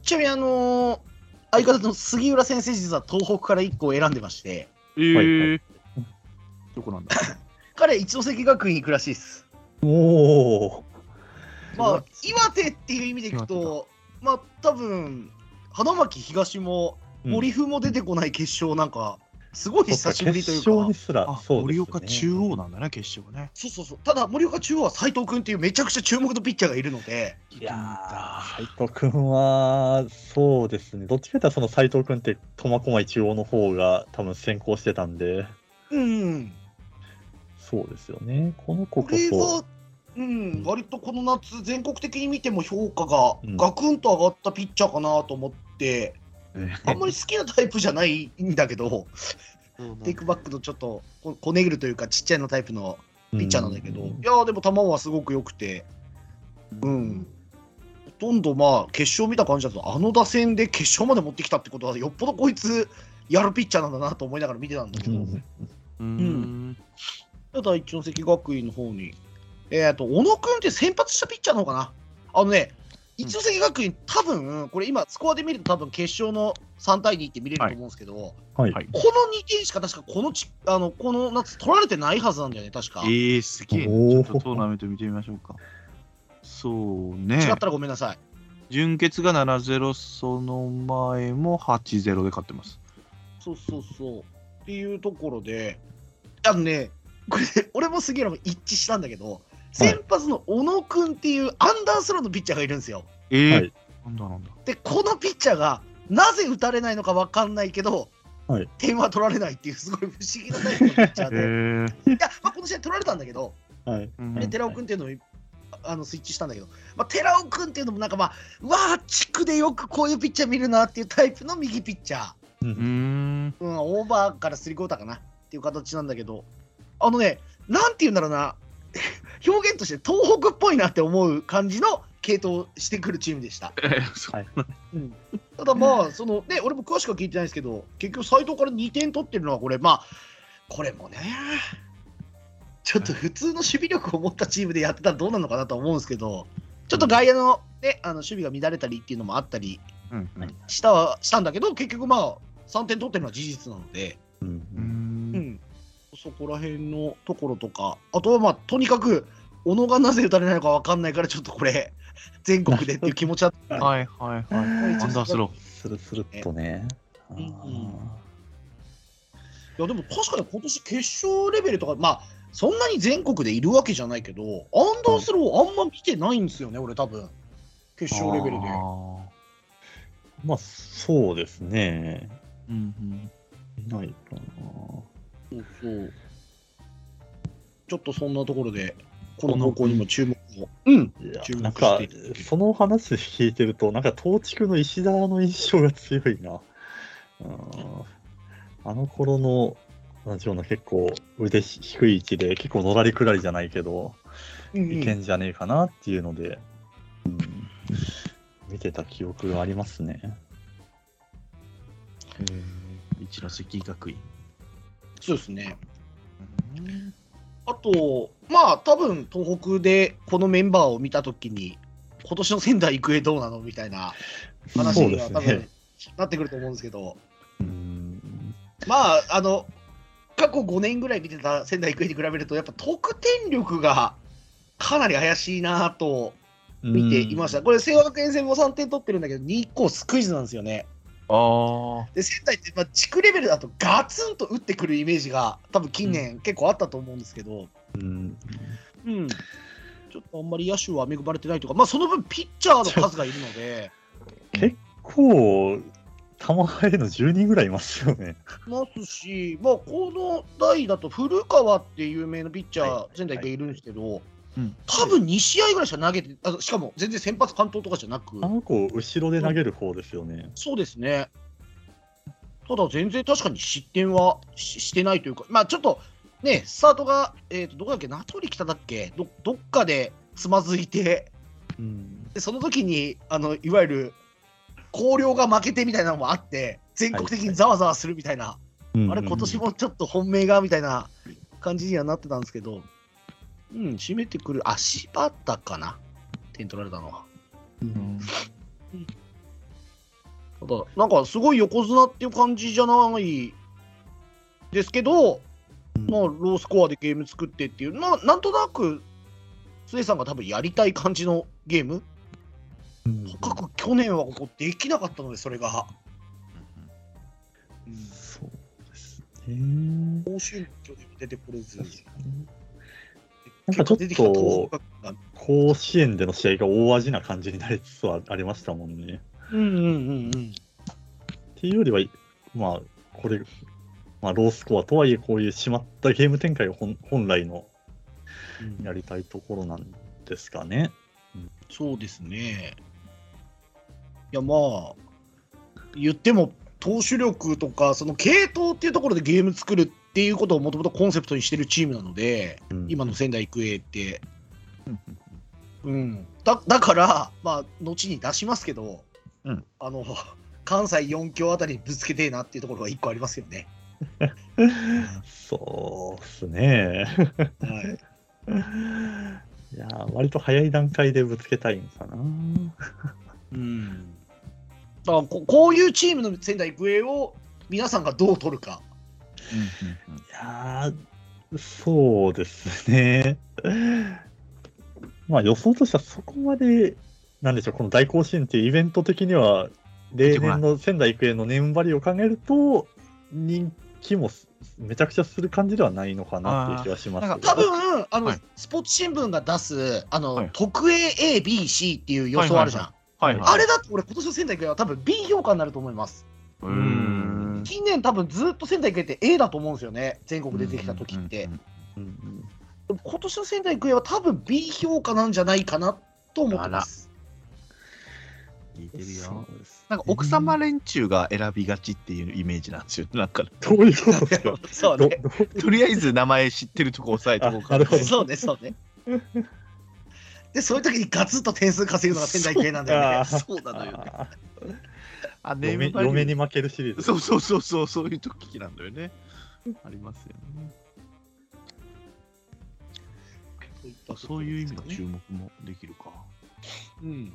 S4: ちなみに、あのー相方の杉浦先生、実は東北から1個選んでまして、
S2: え
S3: はい
S2: ー。どこなんだ
S4: 彼、一関学院行くらしいです。
S3: お
S2: *laughs*
S3: お
S4: まあ、岩手っていう意味でいくと、まあ、多分花巻東も森風も出てこない決勝なんか、すごい久しぶりというか、
S3: 決勝にすら
S2: あ、
S3: そう
S2: 盛
S3: です、ね、
S2: 岡中央なんだね、決勝ね。
S4: そうそうそう、ただ森岡中央は斎藤君っていうめちゃくちゃ注目のピッチャーがいるので、
S3: いやー斉藤君はそうですねどっちかというとその斉藤君って苫小牧中央の方が多分先行してたんで
S4: うん、
S3: そうですよねこの子こ
S4: これ
S3: そ
S4: は、うん、割とこの夏、全国的に見ても評価が
S3: うん
S4: ガクンと上がったピッチャーかなと思って、
S2: ね
S4: あんまり好きなタイプじゃないんだけど、テイクバックのちょっとここねぐるというか、ちっちゃいのタイプのピッチャーなんだけど、
S3: う
S4: いやーでも球はすごく良くて、うん、ほとんどまあ決勝見た感じだと、あの打線で決勝まで持ってきたってことは、よっぽどこいつやるピッチャーなんだなと思いながら見てたんだけど、
S3: うん
S2: うん。
S4: ただ一関学院の方に、えっ、と、小野君って先発したピッチャーの方かな、あのね、一関学院、多分これ今、スコアで見ると、多分決勝の3対2って見れると思うんですけど、
S3: はい。
S2: はい
S4: この2点しか確かこのちあのこの夏取られてないはずなんだよね、確か。違
S2: えー、すげえな。ちょ
S3: お
S2: っ
S3: ー
S2: とトーナメント見てみましょうか。そうね。
S4: ったらごめんなさい。
S2: 準決が7-0、その前も8-0で勝ってます。
S4: そうそうそう。っていうところで、あのね、これ、俺もすげえのも一致したんだけど、先発の小野くんっていうアンダースローのピッチャーがいるんですよ。
S2: えー
S3: はい
S2: なんだなんだ。
S4: で、このピッチャーがなぜ打たれないのか分かんないけど、
S3: はい
S4: 点は取られないっていう、すごい不思議なタイプのピッチャー
S2: え
S4: で、
S2: ー
S4: いや、まあ、この試合取られたんだけど、
S3: はい。
S2: うん
S4: で寺尾君っていうのもああのスイッチしたんだけど、まあ、寺尾君っていうのもなんかまあうわあ地区でよくこういうピッチャー見るなっていうタイプの右ピッチャー、
S3: う
S2: うー
S3: ん。
S2: ん。
S4: うん、オーバーからスリークォーターかなっていう形なんだけどあのねなんて言うんだろうな *laughs* 表現として東北っぽいなって思う感じの系統をしてくるチームでした。
S2: えーそう
S3: はい
S4: ただまあそのね俺も詳しくは聞いてないですけど結局斎藤から2点取ってるのはこれまあこれもねちょっと普通の守備力を持ったチームでやってたらどうなのかなと思うんですけどちょっと外野の,、ね、あの守備が乱れたりっていうのもあったり
S2: うんうん
S4: したはしたんだけど結局まあ3点取ってるのは事実なので、
S3: う。
S2: うん
S4: うんん、そこら辺のところとかあとはまあとにかく小野がなぜ打たれないのか分かんないからちょっとこれ *laughs* 全国でっていう気持ちだった
S2: はい *laughs* はいはい。アンダースロー。
S3: スルスルっとね。あー
S4: いやでも確かに今年決勝レベルとか、まあ、そんなに全国でいるわけじゃないけど、アンダースローあんま見てないんですよね、俺、多分決勝レベルで。
S2: あ
S4: あ
S2: ー
S3: まあ、そうですね。
S2: うんうん
S3: いないかな。
S4: そうそうちょっとそんなところで、この方向にも注目を。うん、
S3: い
S4: 注
S3: や、
S4: 目
S3: なんか
S4: してい、
S3: その話聞いてると、なんか、東地区の石田の印象が強いな。うんあの頃の、なんでしょうな、結構、腕ひ低い位置で、結構、のらりくらりじゃないけど、
S4: うん
S3: いけんじゃねえかなっていうので、うん見てた記憶がありますね。
S2: えー一関学院。
S4: そうですね。あと、まあ、多分東北でこのメンバーを見たときに、今年の仙台育英どうなのみたいな話
S3: そう
S4: に
S3: で
S4: は
S3: す
S4: 多分、
S3: ね。
S4: なってくると思うんですけど。
S3: うん
S4: まあ、あの、過去5年ぐらい見てた仙台育英に比べると、やっぱ得点力がかなり怪しいなと見ていました。。これ、清和学園戦も3点取ってるんだけど、2個スクイズなんですよね。
S2: ああ。
S4: で、仙台って、まあ、地区レベルだとガツンと打ってくるイメージが、多分近年結構あったと思うんですけど、
S3: うん
S4: うん。ちょっとあんまり野手は恵まれてないというか、まあ、その分、ピッチャーの数がいるので、
S3: こう、玉入れの10人ぐらいいますよね。
S4: ますし、まあ、この代だと古川っていう有名なピッチャ
S3: は
S4: ー、仙台育英いるんですけど
S2: うん、
S4: 多分2試合ぐらいしか投げて、あしかも全然先発完投とかじゃなく
S3: あ、の子、後ろで投げる方ですよね。
S4: そうですね。ただ、全然確かに失点はししてないというか、まあ、ちょっとね、スタートが、えー、とどこだっけ、名取北だっけ、どどっかでつまずいて、
S3: うん
S4: でその時にあのいわゆる広陵が負けてみたいなのもあって、全国的にざわざわするみたいな。あれ、今年もちょっと本命がみたいな感じにはなってたんですけど、うん、締めてくる、あ、柴田かな、点取られたのは。
S3: うん
S4: ただ、なんかすごい横綱っていう感じじゃないですけど、まあ、ロースコアでゲーム作ってっていう、ななんとなく、末さんが多分やりたい感じのゲーム、
S3: うん
S4: とかく去年はここできなかったので、それが。
S3: そうですね。
S4: 報酬でも出てこれず、
S3: 確かになん
S4: 結
S3: かちょっと
S4: 果出てきた東北が
S3: 甲子園での試合が大味な感じになりつつはありましたもんね。
S4: うんうんうんうん。
S3: っていうよりは、まあ、これ、まあ、ロースコアとはいえ、こういうしまったゲーム展開を本本来のやりたいところなんですかね。
S4: そうですね。いやまあ言っても投手力とかその系統っていうところでゲーム作るっていうことをもともとコンセプトにしてるチームなので
S3: うん
S4: 今の仙台育英って。うん、だだから、まあ、後に出しますけど、
S2: うん
S4: あの関西4強あたりにぶつけてえなっていうところが1個ありますよね。
S3: そうっすね。
S4: はい、
S3: う *laughs* いやー割と早い段階でぶつけたいんかな。
S4: うんだからここういうチームの仙台育英を皆さんがどう取るか。
S3: いやーそうですね。 *laughs* まあ予想としてはそこまで、なんでしょう、この大甲子園っていうイベント的には、例年の仙台育英の年張りを考えると、人気もすめちゃくちゃする感じではないのかなっていう気はします
S2: あー
S3: け
S4: 多
S3: ど
S4: 分あの、
S2: はい
S4: スポーツ新聞が出すあの、
S2: はい
S4: 特 A、A、B、C っていう予想あるじゃん。
S2: はいはい。
S4: あれだと俺、今年の仙台育英は多分 B 評価になると思います。
S2: うーん。
S4: 近年、多分ずっと仙台育英って A だと思うんですよね、全国出てきた時って。
S3: うん
S4: でも今年の仙台育英は多分 B 評価なんじゃないかなと思ってます。
S2: 聞いて
S3: うん
S2: るよ。
S3: そう *laughs* です
S2: なんか奥様連中が選びがちっていうイメージなんですよ。なんか、
S3: どういうことですか
S4: そう
S3: *laughs* ど
S4: ね、
S3: ど
S2: とりあえず名前知ってるとこ押さえとこうか
S3: *laughs* あなるほど
S4: そうね、そうね。で、そういう時にガツッと点数稼ぐのが仙台育英なんだよね。
S3: そ
S2: そうなのよね。
S3: あ
S2: あ、
S3: ー
S2: ネー
S3: 嫁
S2: ムバリュー
S3: 嫁に負けるシリーズ。
S2: そうそうそうそう、そういう時なんだよね。ありますよね。そういう意味の注目もできるか。
S4: うん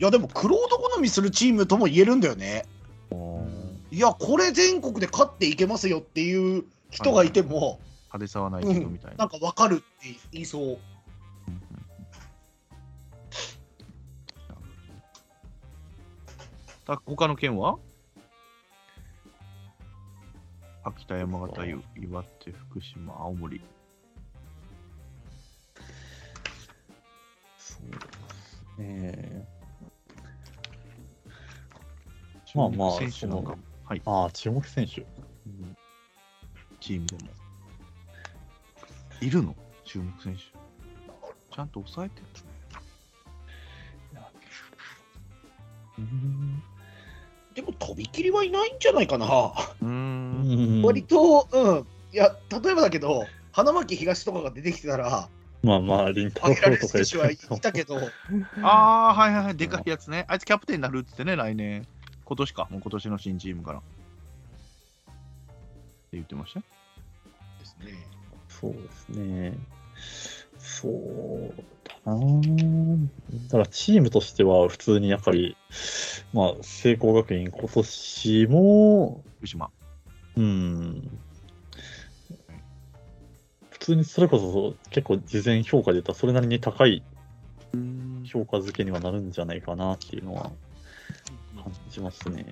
S4: いやでもクロード好みするチームとも言えるんだよね
S3: うん
S4: いやこれ全国で勝っていけますよっていう人がいても、
S2: 派手さはないけどみたい
S4: な
S2: な。
S4: んか分かるって言いそう
S2: た他の県は秋田、山形、ゆ岩手、福島、青森。
S3: そうですね。まあまあ
S2: 選手なんか
S3: その、
S2: はい、
S3: ああ、注目選手。うん
S2: チームでも。いるの注目選手。ちゃんと抑えてる
S3: うん
S4: でも飛び切りはいないんじゃないかな、
S2: うー。
S3: うんん
S4: 割とうんいや例えばだけど花巻東とかが出てきてたら
S3: まあまあ、りんたろ
S4: 挙げられ
S3: ー
S4: る
S3: とか
S4: 選
S3: 言っ
S4: 手はい
S3: て
S4: たけど
S2: ああ、はいはいはい、でかいやつね。あいつキャプテンになるっつってね、来年。今年か、もう今年の新チームから。って言ってましたよ
S4: ですね
S3: そうですね。そうだな。だからチームとしては普通にやっぱり、まあ、聖光学院今年も、
S2: 福島。。
S3: うん。普通にそれこそ結構事前評価で言ったらそれなりに高い評価付けにはなるんじゃないかなっていうのは感じますね。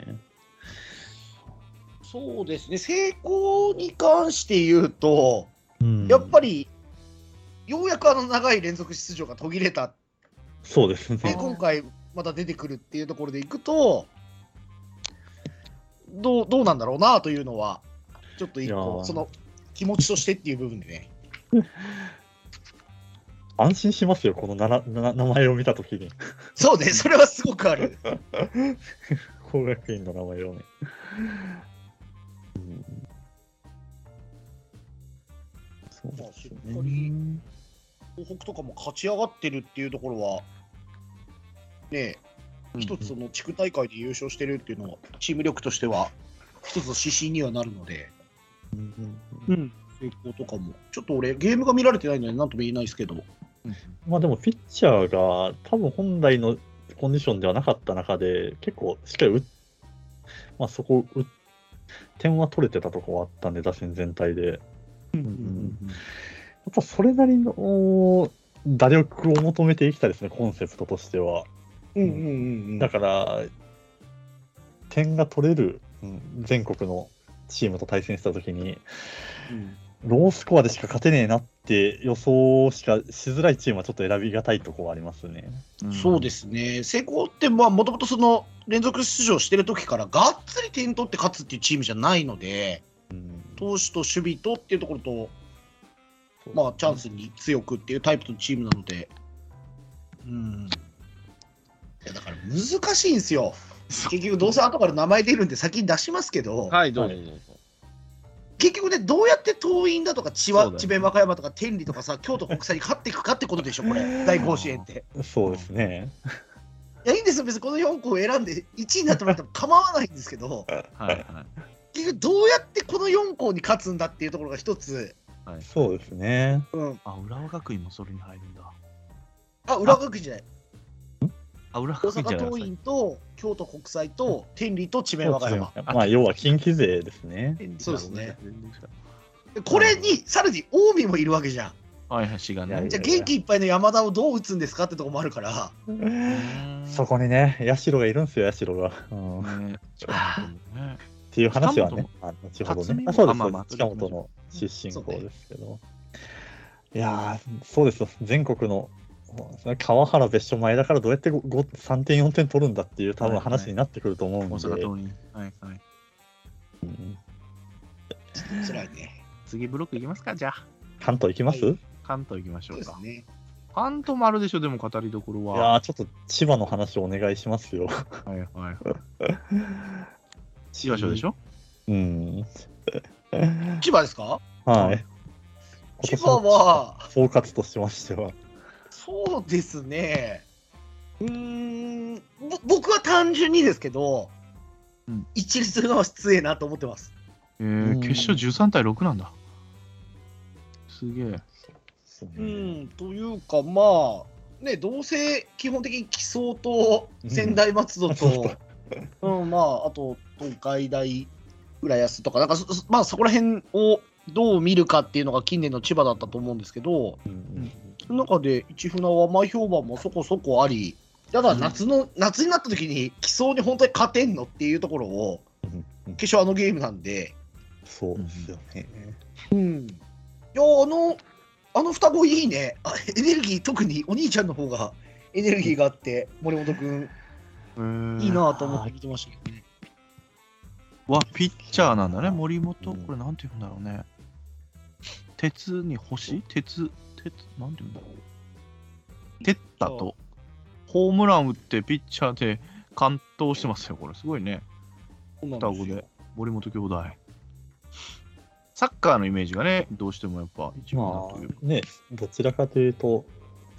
S4: そうですね成功に関して言うと
S3: うん、
S4: やっぱ
S3: り
S4: りようやくあの長い連続出場が途切れた
S3: そうです
S4: で
S3: ね。
S4: 今回また出てくるっていうところでいくとどうどうなんだろうなというのはちょっと一
S3: いや
S4: 個
S3: ー
S4: その気持ちとしてっていう部分でね
S3: 安心しますよ、このならな名前を見たときに。 *laughs*
S4: そうねそれはすごくあ *laughs* る
S3: 工学院の名前をね。うんそうです
S4: しっかり
S3: ね。
S4: 東北とかも勝ち上がってるっていうところはねえ一つその地区大会で優勝してるっていうのはチーム力としては一つの指針にはなるので
S3: うんうんうん
S4: うん成功とかもちょっと俺ゲームが見られてないので何とも言えないですけど
S3: まあでも、ピッチャーが多分本来のコンディションではなかった中で、結構しっかり打っまあそこ打っ、点は取れてたとこはあったんで、打線全体で。うんやっぱそれなりの打力を求めていきたいですね、コンセプトとしては。
S4: うんうんうんうん
S3: だから、点が取れるうん全国のチームと対戦したときに、ロースコアでしか勝てねえなって予想しかしづらいチームはちょっと選びがたいとこはありますね。
S4: そうですすね、成功って、まあもともとその連続出場してる時から、がっつり点取って勝つっていうチームじゃないので、
S3: うん
S4: 投手と守備とっていうところと、まあ、チャンスに強くっていうタイプのチームなので、うん、いやだから難しいんですよ、
S2: そう
S4: 結局、どうせ後から名前出るんで、先に出しますけど、
S2: はい、
S3: どう
S2: ぞ
S3: ぞ
S4: 結局ね、どうやって桐蔭だとか千
S2: そ
S4: 葉、
S2: うだよね
S4: 智弁和歌山とか天理とかさ、京都国際に勝っていくかってことでしょ、これ、大甲子園って。
S3: そうですね。
S4: いや、いいんですよ、別にこの4校を選んで、1位になってもらっても構わないんですけど。
S2: はいはい
S4: 結局どうやってこの4校に勝つんだっていうところが一つ
S2: はい、
S3: そうですね。
S4: うん。
S2: あ、浦和学院もそれに入るんだ。
S4: あ、浦和学院じゃない。
S2: あ、浦和
S4: 大
S2: 学院じゃな
S4: 阪
S2: い
S4: 桐蔭と京都国際と天理と智弁和歌山。
S3: まあ、要は近畿勢ですね。
S4: そうですね。
S2: ごめんなさい
S4: これにさらに近江もいるわけじゃん。
S2: はいはい、滋賀
S3: いやい
S2: ね
S3: や
S4: じゃあ元気いっぱいの山田をどう打つんですかってとこもある *laughs* から。
S3: そこにね、社がいるんですよ、社が。うん、っ
S2: ね。近本もね
S3: ていう話はね
S2: 近、
S3: あの後ほど
S2: 辰巳。
S3: ね
S2: も
S3: あそうです
S2: まあ
S3: そう
S2: まあ
S3: です、近
S2: それも
S3: 本の出身校
S4: そうね
S3: ですけど。いやー、そうですよ、全国の川原別所前だからどうやってごご3点、4点取るんだっていう多
S2: はい
S3: 分
S2: はい
S3: 話になってくると思うんで、
S2: 大阪桐蔭。はいはい。
S3: うん
S4: 辛いね。
S2: 次ブロックいきますか、じゃあ。
S3: 関東行きます、、
S4: はい
S2: 関東いきまし
S4: そ
S2: ょう
S4: うです
S2: か。
S4: ね。
S2: 関東もあるでしょ、でも語りどころは。
S3: やー、ちょっと千葉の話をお願いしますよ。
S2: はいはい。千葉賞でしょ
S3: うん。
S4: 千葉ですか
S3: はい。
S4: 千葉は、
S3: 総括としましては。
S4: そうですね。うーん、ぼ僕は単純にですけど、
S2: うん
S4: 一律するのは失礼なと思ってます。
S2: えー
S3: うん
S2: 決勝13対6なんだ。すげえ。
S4: うん、というか、まあ、ね、どうせ基本的に木曽と専大松戸と、うん、まあ、あと東海大浦安とか、なんかそ、そまあ、そこら辺をどう見るかっていうのが近年の千葉だったと思うんですけど、
S3: うん
S4: その中で市船は前評判もそこそこあり、ただ夏の、夏になった時に、奇想に本当に勝てんのっていうところを、
S3: うんうん
S4: 決勝あのゲームなんで、
S3: そうですよね。
S4: うん。いや、あの、あの双子いいね。あエネルギー、特にお兄ちゃんの方がエネルギーがあって、森本君、いいなぁと思って見てましたけどね。
S2: はピッチャーなんだね、森本。
S3: うん
S2: これなんて言うんだろうね。鉄に星鉄、鉄、なんて言うんだろう。鉄だと、ホームラン打ってピッチャーで完投してますよ、これ。すごいね。
S4: そうな
S2: 双
S4: ん
S2: 子
S4: すよ
S2: で、森本兄弟。サッカーのイメージがね、どうしてもやっぱ一番
S3: ま
S2: だというか。
S3: あね、どちらかというと、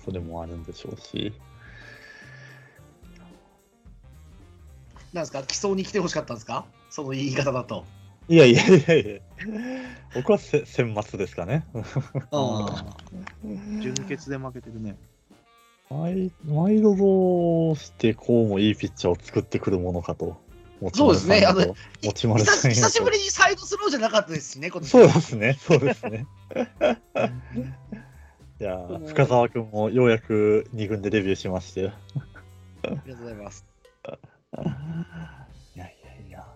S3: それもあるんでしょうし。
S4: なんですか、奇想に来てほしかったんですかその言い方だと。
S3: いやいやいやいや、僕はせ選抜ですかね。
S4: あ
S2: 純潔で負けてるね。
S3: 毎毎度どうしてこうもいいピッチャーを作ってくるものかと。
S4: そうですね
S3: 持ち丸さんだと持ち丸さん
S4: あのあ久
S3: やと
S4: 久しぶりにサイドスローじゃなかったですしね、今年
S3: そうです *laughs* ね、そうですね。いや
S4: その
S3: ー、深澤君もようやく2軍でデビューしまして。い
S4: ありがとうございます。
S3: や *laughs* いやいや。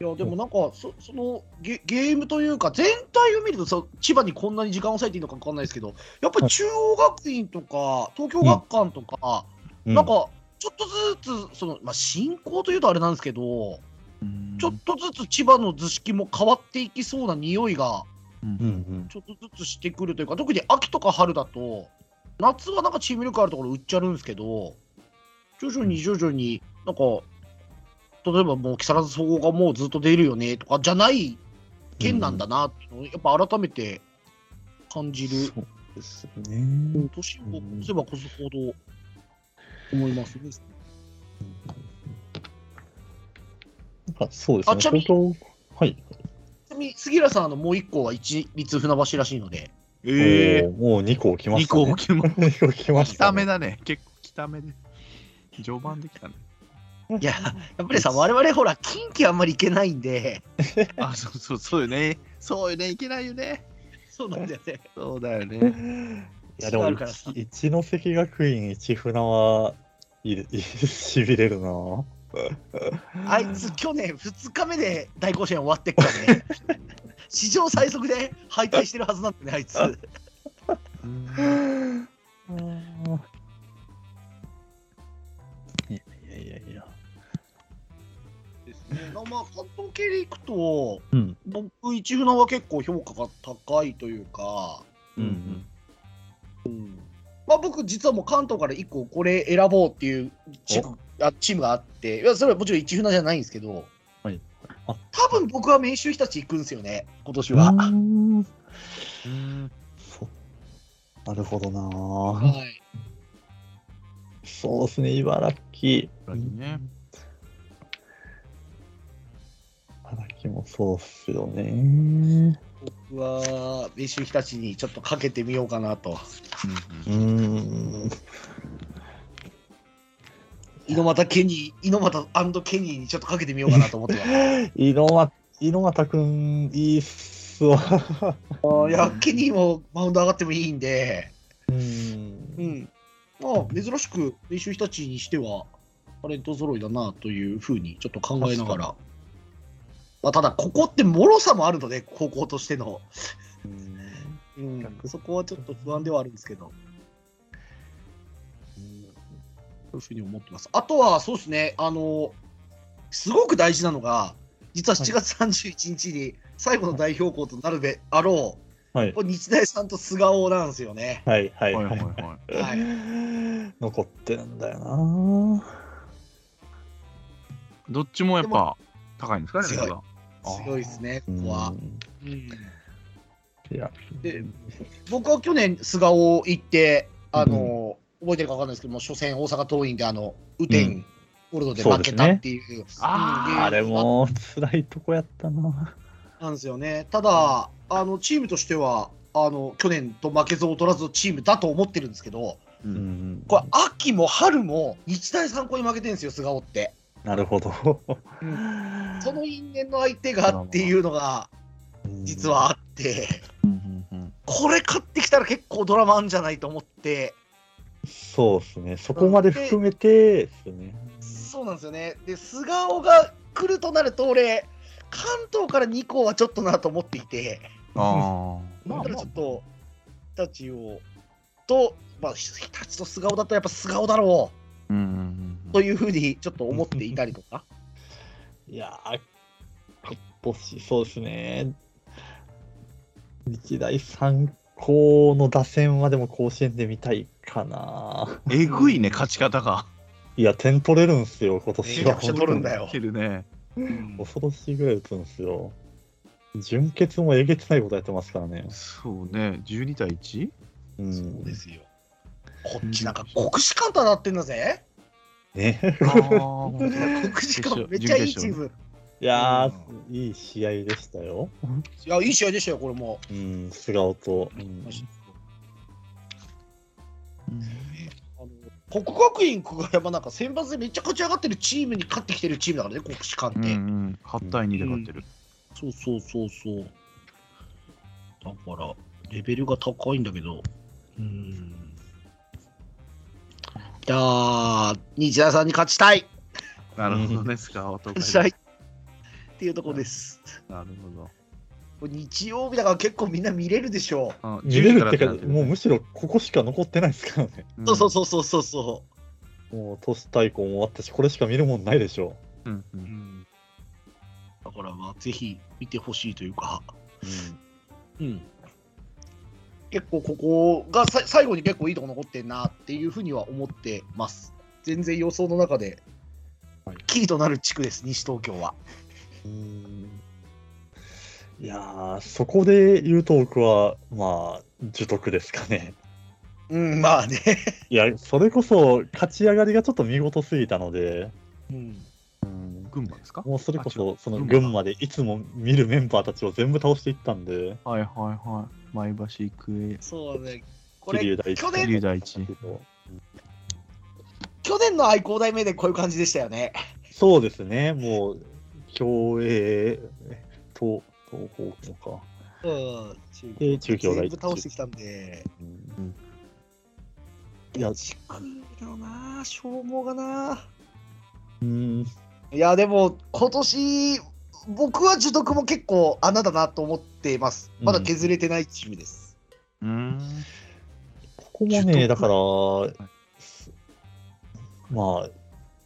S4: いやでもなんかそそのゲゲームというか全体を見るとさ千葉にこんなに時間を割いていいのか分かんないですけどやっぱり中央学院とか東京学館とか、
S3: う
S4: なんかちょっとずつその、まあ、進行というとあれなんですけど、ちょっとずつ千葉の図式も変わっていきそうな匂いが
S3: うんうん、
S4: ちょっとずつしてくるというか特に秋とか春だと夏はなんかチーム力あるところ売っちゃるんですけど徐々に徐々になんか例えばもう木更津総合がもうずっと出るよねとかじゃない県なんだなっていうのをやっぱ改めて感じる
S3: そうですね。
S4: 年を越せば越すほど思いますね。
S3: なんかそうです
S4: あ
S3: ね。
S4: ちなみに
S3: 東京はい。
S4: ちなみに杉浦さんあのもう一個は一律船橋らしいので
S2: ええ
S3: おーもう2個来ま
S2: ー、2
S3: したね。
S2: 個も来ま
S3: *laughs* 個2個来まし
S2: 北
S3: た、
S2: 目
S3: ね。
S2: だね。結構北目で。序盤できたね。
S4: いややっぱりさ我々ほら近畿あんまり行けないんで
S2: *laughs* あ、そうそう、そうよね。そうよね。いけないよね。
S4: そうなんだよね。
S2: そうだよね。
S3: いやでも
S4: あるからさ
S3: 一一関学院一船はいいいしびれるな。
S4: あいつ去年2日目で大甲子園終わってっから
S3: *laughs*
S4: ね史上最速で敗退してるはずなんだよねあいつ
S3: いやいやいやいや。
S4: まあまあ関東系でいくと
S3: うん
S4: 僕一船は結構評価が高いというか、
S3: うんうん。
S4: まあ、僕実はもう関東から1個これ選ぼうっていうチームあチームがあっていやそれはもちろん一船じゃないんですけど
S3: はい。あ
S4: 多分僕は明秀日立行くんですよね今年は。
S3: うーん
S2: うん。
S3: そうなるほどな
S4: は
S3: ぁ。
S4: い
S3: そうですね、茨城。
S2: 茨城ね
S3: 茨城もそうっすよね。
S4: 僕は、明秀日立にちょっとかけてみようかなと。
S3: うーん。
S4: 猪俣ケニー、猪俣ケニーにちょっとかけてみようかなと思 *laughs* ってま
S3: 猪俣、猪俣くん、いいっすわ。
S4: す。いや、ケニーもマウンド上がってもいいんで、
S3: う。
S4: うんん。まあ、珍しく、明秀日立にしては、タレント揃いだなというふうにちょっと考えなが。
S3: 確から
S4: まあ、ただ、ここって脆さもあるので、高校としての。うん、
S3: 逆
S4: そこはちょっと不安ではあるんですけど、そういうふうに思ってます。あとは、そうですね、あの、すごく大事なのが、実は7月31日に最後の代表校となるべあろ
S3: は
S4: う、
S3: い
S4: こ。れ日大さんと菅生なんですよね。
S3: はいはい
S2: はいは
S3: はいい。
S2: は
S4: はい
S3: 残ってるんだよな。
S2: い。どっちもやっぱ高いんですかね、
S4: 強い
S2: レベルが
S4: 強いですね、ここは。うん
S3: いや。
S4: で僕は去年、菅生行って、あの、覚えてるか分かんないですけども、初戦、大阪桐蔭で、あの、
S3: う
S4: 雨
S3: ん
S4: 天、ゴールドで負けたっていう。
S2: あー
S4: うん
S3: あれも辛いとこやったな。
S4: なんですよね。ただ、あのチームとしては、あの去年と負けず劣らずのチームだと思ってるんですけど、
S2: う
S3: うんん
S4: これ、秋も春も日大三高に負けてるんですよ、菅生って。
S3: なるほど。
S4: その因縁の相手がっていうのが、実はあって、
S2: うんうんうん
S4: これ勝ってきたら結構ドラマあるんじゃないと思って、
S3: そうですね。そこまで含めてですね。
S4: そうなんですよね。で、菅生が来るとなると、俺、関東から2校はちょっとなと思っていて。
S2: あ
S4: だからちょっと、日立を、と、まあ、日立と素顔だとやっぱ素顔だろ
S2: ーうんうん
S4: う
S2: うん
S4: というふうにちょっと思っていたりとか。
S3: いやー、今年、そうですね。日大三高の打線はでも甲子園で見たいかな。
S2: えぐいね、勝ち方が。
S3: いや、点取れるんすよ、今年
S4: めち
S3: は。
S4: ゃくちゃ取るんだよ
S2: 来てるね。
S3: 恐ろしいぐらい打つんですよ。準決もえげつないことやってますからね。
S2: そうね、12対 1?
S3: うん、
S4: すよ。こっちなんか国士館となってんだぜ。
S3: ね。
S2: あー本当だ
S4: 国士館めっちゃいいチーム。
S3: いやー、いい試合でしたよ。
S4: いや、いい試合でしたよ、これも。
S3: うん、素顔と。うん
S4: あの国学院久我山なんか選抜でめっちゃ勝ち上がってるチームに勝ってきてるチームだからね、国士
S2: う
S4: 館っ
S2: ん
S4: て。
S2: うん、8対2で勝ってる。
S4: そうそうそうそう。だから、レベルが高いんだけど。うん。いやー、日大さんに勝ちたい
S2: なるほどですか、お得意
S4: 勝ち *laughs* たいっていうとこです。
S2: なるほど。
S4: これ日曜日だから結構みんな見れるでしょ
S2: あ
S3: 見れるって
S2: 10
S3: か
S2: な、てる
S3: もうむしろここしか残ってないですからね。
S4: う。そうそうそうそうそうそ
S3: もう都市対抗も終わったし、これしか見るもんないでしょ
S2: うんう
S4: う。
S2: ん
S4: だからまあ、ぜひ見てほしいというか。
S3: う。
S4: うん。結構ここがさ最後に結構いいとこ残ってんなっていうふうには思ってます。全然予想の中で
S3: はい、
S4: キーとなる地区です、西東京は。
S3: うんいやー、そこで言うと僕は、まあ、樹徳ですかね。
S4: うん、まあね。
S3: いや、それこそ勝ち上がりがちょっと見事すぎたので、
S4: うん、
S2: 群馬ですか
S3: もうそれこ
S2: あ違、
S3: そうその
S2: 群馬
S3: 群馬でいつも見るメンバーたちを全部倒していったんで、
S2: はいはいはい。前橋育
S4: そうだね。こ
S3: 桐
S4: れ、
S3: 生大地
S4: 去
S2: 英、
S4: 年
S2: 龍大一。
S4: 去年の愛工大名でこういう感じでしたよね。
S3: そうですね、もう、競泳、東東方向か。
S4: うん。
S3: で、中京大
S4: 全
S3: 地
S4: 部倒してきたんで。
S3: うんいや
S4: 地区のなあ、消耗がなあ。
S3: うん、
S4: いや、でも、今年、僕は樹徳も結構穴だなと思っています。まだ削れてないチームです。
S2: うーん。
S3: ここも
S2: 樹徳
S3: ね、だから、まあ、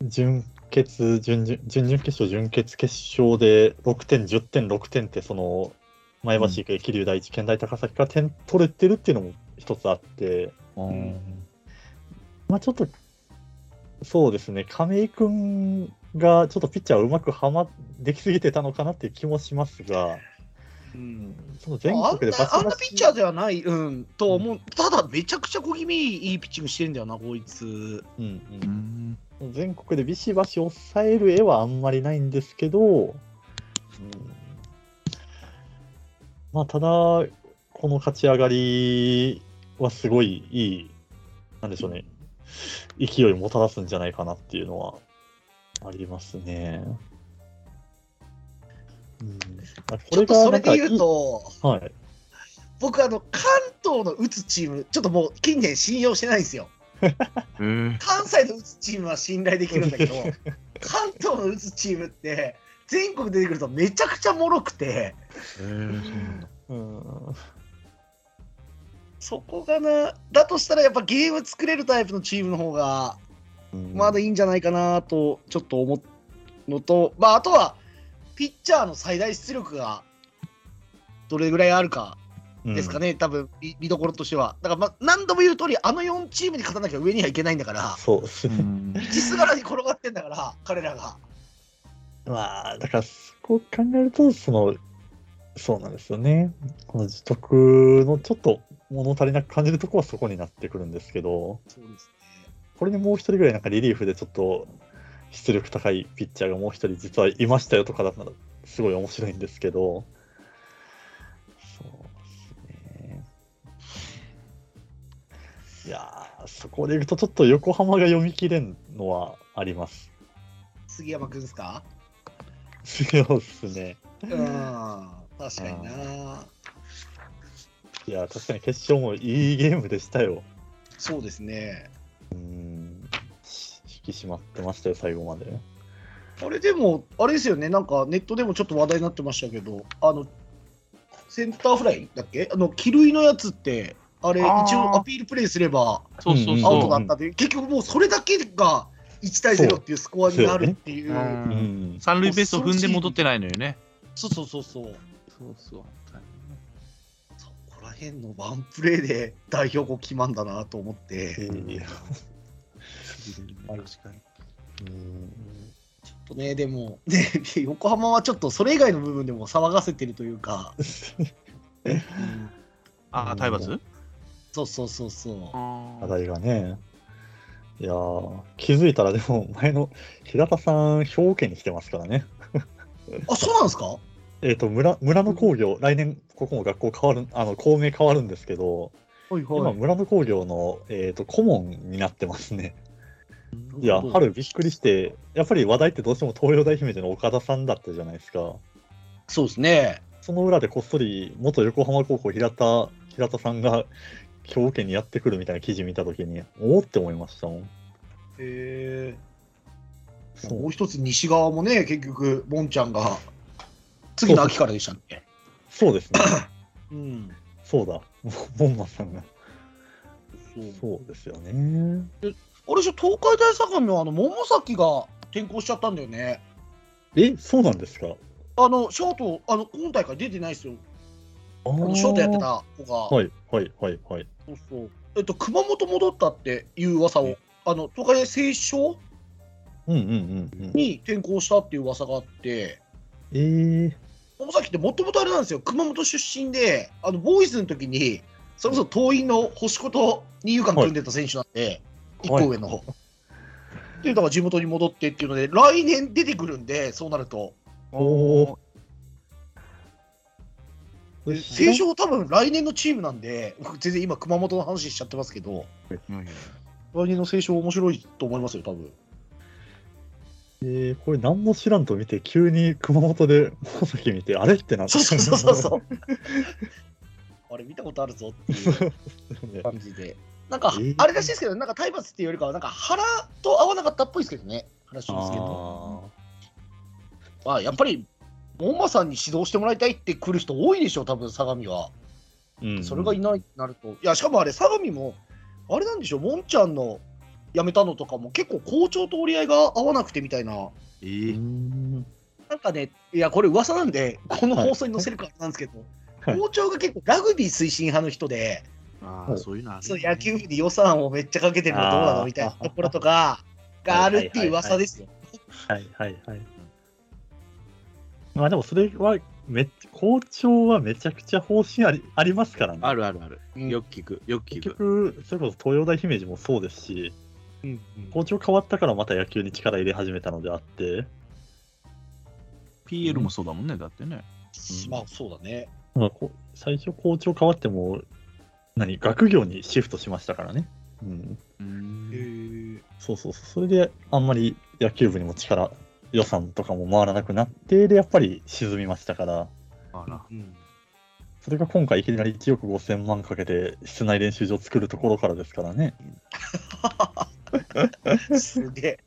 S3: 準決、準々準々決勝、準決決勝で6点、10点、6点って、その、前橋育英、桐生第一、県大高崎から点取れてるっていうのも一つあって、
S2: うん
S3: まあちょっと、そうですね、亀井君がちょっとピッチャーうまくはまできすぎてたのかなっていう気もしますが、
S4: うん
S3: その全
S4: あん
S3: 国で
S4: な
S3: バシ
S4: あん
S3: バ
S4: な
S3: シ
S4: ピッチャーではない、うん、と思う、ただ、めちゃくちゃ小気味いいピッチングしてんだよな、こいつ。
S3: う
S2: う
S3: んうん
S2: ん
S3: 全国でビシバシ抑える絵はあんまりないんですけど、うんまあ、ただ、この勝ち上がりはすごいいい、なんでしょうね、勢いをもたらすんじゃないかなっていうのはありますね。うん、あこ
S4: ちょっとそれで言うと、
S3: はい、
S4: 僕あの、関東の打つチーム、ちょっともう近年信用してないんですよ。
S2: *laughs* うん
S4: 関西の打つチームは信頼できるんだ
S3: *laughs*
S4: けど、関東の打つチームって、全国出てくるとめちゃくちゃ脆くて、
S3: うん
S4: そこがな、だとしたらやっぱゲーム作れるタイプのチームの方が、まだいいんじゃないかなと、ちょっと思うのと、まあ、あとは、ピッチャーの最大出力がどれぐらいあるかですか
S3: ね、
S4: ね、多分見見どころとしては。だから、まあ、何度も言う通り、あの4チームに勝たなきゃ上にはいけないんだから
S3: うん、そうですね。
S4: 道すがらに転がってんだから、 *laughs* 彼らが。
S3: まあ、だからそこを考えると、その、そうなんですよね。この自得のちょっと物足りなく感じるとこはそこになってくるんですけど、
S4: そうですね。
S3: これでもう一人ぐらいなんかリリーフでちょっと出力高いピッチャーがもう一人実はいましたよとかだったらすごい面白いんですけど、そうですね。いやー、そこでいくとちょっと横浜が読み切れんのはあります。 *laughs*
S4: 杉山くんですか
S3: そうですね。
S4: うん、確かにな。
S3: いや、確かに決勝もいいゲームでしたよ。
S4: そうですね。
S3: うん。引き締まってましたよ、最後まで。
S4: あれでも、あれですよね、なんかネットでもちょっと話題になってましたけど、あの、センターフライだっけあの、気類のやつって、あれ、
S2: あー
S4: 一応アピールプレイすれば
S5: そうそう
S3: うん
S4: アウト
S5: そ
S4: だったという、結局もうそれだけが1対0っていうスコアになるっていうう、
S5: ん
S3: うん。
S5: 三塁ベースを踏んで戻ってないのよね。
S4: そうそうそうそう、
S5: そうそう。
S4: そこら辺のワンプレーで代表校決まんだなと思って。
S3: いや
S5: 確かに。
S3: うん
S4: ちょっとね、でも、ね、横浜はちょっとそれ以外の部分でも騒がせてるというか、
S5: あ、体罰
S4: そうそうそうそ
S3: 話題がね。いやー気づいたらでも前の平田さん、兵庫県に来てますからね。
S4: う。あ、そうなんですか
S3: えっ、と村、村の工業、来年ここも学校変わる、あの、校名変わるんですけど、
S4: はい
S3: 今、。村の工業の、えっ、と、顧問になってますね。いや、春びっくりして、やっぱり話題ってどうしても東洋大姫路の岡田さんだったじゃないですか。
S4: そうですね。
S3: その裏でこっそり元横浜高校平田平田さんが *laughs* 兵庫県にやってくるみたいな記事見たときに、おおって思いましたもん。
S4: へえ。
S3: そう
S4: もう一つ西側もね、結局、ボンちゃんが、次の秋からでしたっけ
S3: そう
S4: *coughs*
S3: ですね。
S4: うん。
S3: そうだ。ボンマさんが。
S4: そう
S3: そうですよね。
S4: あれじゃ、東海大相模は、あの、桃崎が転校しちゃったんだよね。
S3: え、そうなんですか
S4: あの、ショート、あの、今大会出てないですよ。
S3: あ
S4: あ
S3: ー
S4: の、ショートやってた子が。
S3: はいはいはいはい。
S4: そうそう。えっと、熊本戻ったっていう噂を
S3: え、
S4: あの東海大聖書
S3: うんうんうんうん。
S4: に転校したっていう噂があって、
S3: えー、
S4: 桃崎ってもともとあれなんですよ、熊本出身で、あのボーイズの時に、それこそ党員の星子と二遊間組んでた選手なんで、一
S3: はい
S4: 個上の方。で、だから地元に戻ってっていうので、来年出てくるんで、そうなると、
S3: おー。
S4: 聖書多分来年のチームなんで、 *laughs* 僕全然今、熊本の話しちゃってますけど、来年の聖書面白いと思いますよ、多分
S3: えー、これ何も知らんと見て、急に熊本で尾崎見て、あれってなって。
S4: そうそうそうそ
S3: *laughs*
S4: うそう。 *laughs* あれ見たことあるぞっていう感じ *laughs* で。なんか
S3: えー、
S4: あれらしいですけど、なんか体罰っていうよりかは、なんか腹と合わなかったっぽいですけどね、話をですけど。
S3: あ
S4: まあ、やっぱり、門馬さんに指導してもらいたいって来る人多いでしょ、多分相模は。
S3: ーうん
S4: それがいないってなると。いや、しかもあれ、相模も、あれなんでしょう、もんちゃんの辞めたのとかも、結構校長と折り合いが合わなくてみたいな。
S2: え
S3: う
S2: ー
S3: ん
S4: なんかね、いや、これ噂なんで、この放送に載せるからなんですけど、
S3: はい
S4: 校長が結構ラグビー推進派の人で、
S2: あ
S3: ー
S2: そういうのあ
S4: その野球部に予算をめっちゃかけてるのどうな
S3: あー
S4: のみたいなところとかがあるっていう噂ですよ。
S3: はいはいはい。まあでもそれはめっちゃ、校長はめちゃくちゃ方針ありありますからね。
S5: あるあるある。
S4: うん
S5: よく聞く。よく聞
S3: 結
S5: く。
S3: 局、それこそ東洋大姫路もそうですし、
S5: うん
S3: 校長変わったからまた野球に力入れ始めたのであって、
S5: PL もそうだもんね、だってね。
S4: まあそうだね。
S3: まあ、こ最初校長変わっても、何、学業にシフトしましたからね。うん。そうそうそう。それで、あんまり野球部にも力、予算とかも回らなくなって、で、やっぱり沈みましたから、
S2: あら
S5: うん
S3: それが今回いきなり1億5000万かけて室内練習場作るところからですからね。
S4: すげえ。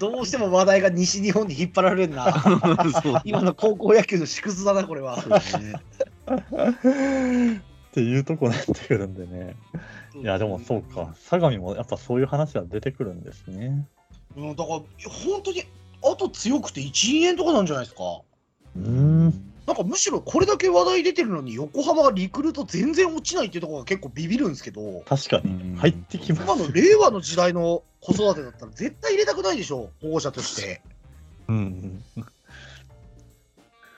S4: どうしても話題が西日本に引っ張られるな。
S5: *laughs* そう
S4: 今の高校野球の縮図だな、これは。
S5: そうね
S3: っていうとこになってくるんでね。いや、でもそうか。相模もやっぱそういう話は出てくるんですね。
S4: うん。だから、本当に、あと強くて1円とかなんじゃないですか。
S3: うーん。
S4: なんかむしろこれだけ話題出てるのに横浜がリクルート全然落ちないっていうところが結構ビビるんですけど
S3: 確かに。入ってきま
S4: 今
S3: す。
S4: の令和の時代の子育てだったら絶対入れたくないでしょ保護者として
S3: うん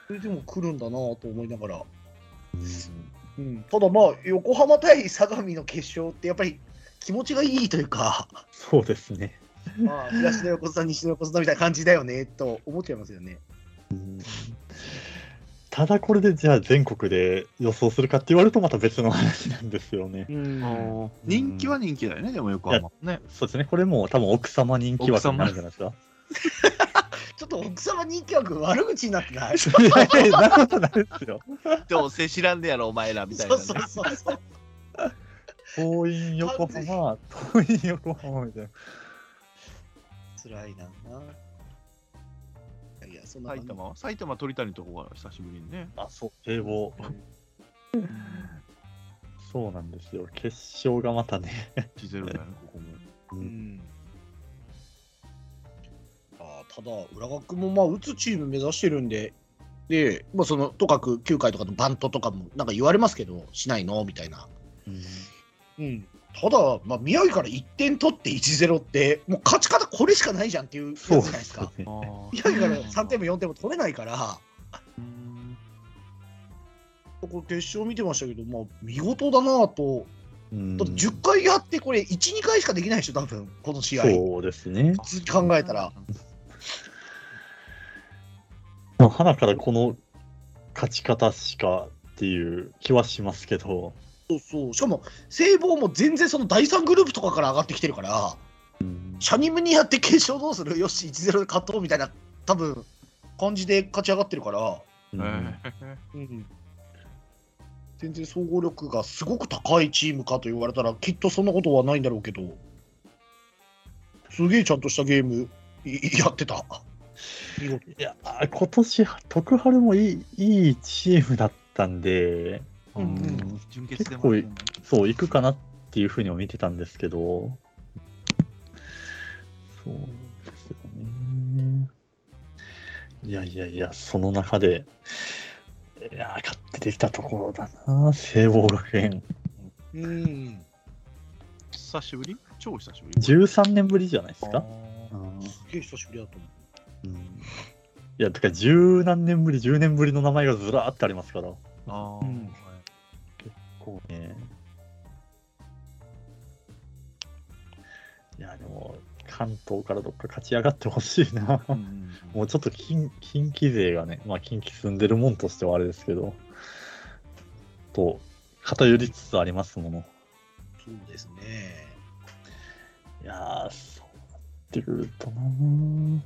S4: それでも来るんだなぁと思いながら、
S3: うん。
S4: うん、ただまあ横浜対相模の決勝ってやっぱり気持ちがいいというか、
S3: そうですね。
S4: まあ、東の横綱西の横綱みたいな感じだよねと思っちゃいますよね
S3: ただこれでじゃあ全国で予想するかって言われるとまた別の話なんですよね。
S5: あー人気は人気だよね、でも横浜。ね。
S3: そうですね。これもう多分奥様人気枠になるんじゃないですか。
S4: ちょっと奥様人気枠悪口になってないそう
S3: いやいやいや、そんなことないです *laughs* よ。
S2: どうせ知らんでやろ、お前らみたいな
S4: そう
S2: ね。
S4: そうそう
S3: 党員横浜、党員横浜みたいな。
S4: 辛いなぁいやそんな
S2: 埼
S4: 感じ
S2: 玉は埼玉鳥谷とこが久しぶりにね。
S3: あ、そう、堤防。そうなんですよ。決勝がまたね。
S2: 1ゼ0だよね、ここも。
S4: うんあーただ、浦和君もまあ打つチーム目指してるんで、でまあ、そのとかく9回とかのバントとかもなんか言われますけど、しないのみたいな。うん、ただ、まあ、宮城から1点取って1-0って、もう勝ち方これしかないじゃんっていうやつじ
S3: そ
S4: ゃ
S3: う
S4: な
S3: で
S4: いです
S3: す
S4: か。
S3: ね。
S4: 宮城から3点も4点も取れないから、ここ決勝見てましたけど、まあ、見事だなぁと、
S3: うん
S4: だって10回やって、これ1、2回しかできないでしょ、多分この試合。
S3: そうですね。
S4: 普通に考えたら。
S3: まあ、花からこの勝ち方しかっていう気はしますけど、
S4: そうそうしかも聖望も全然その第3グループとかから上がってきてるからシャニムにやって決勝どうするよし1-0で勝とうみたいな多分感じで勝ち上がってるから、
S3: うん
S4: 全然総合力がすごく高いチームかと言われたらきっとそんなことはないんだろうけどすげえちゃんとしたゲームいやってた見事
S3: いやー今年徳春もいいいいチームだったんで
S4: うんうん
S1: 準決
S3: 結構いそう行くかなっていうふうにも見てたんですけどそうですよねいやいやいやその中でいやー勝ってできたところだな聖望学園
S4: うん
S1: 久しぶり超久しぶり
S3: 13年ぶりじゃないですか
S4: すげえ久しぶりだと思
S3: うんいや、だから十何年ぶり、10年ぶりの名前がずらーってありますから。
S1: あ
S4: う
S1: ー
S4: ん
S3: こうね。いや、でも、関東からどっか勝ち上がってほしいな。
S1: うん
S3: もうちょっと近近畿勢がね、まあ近畿住んでるもんとしてはあれですけど、と、偏りつつありますもの。
S4: うそうですね
S3: いやー、そうなってくるとなー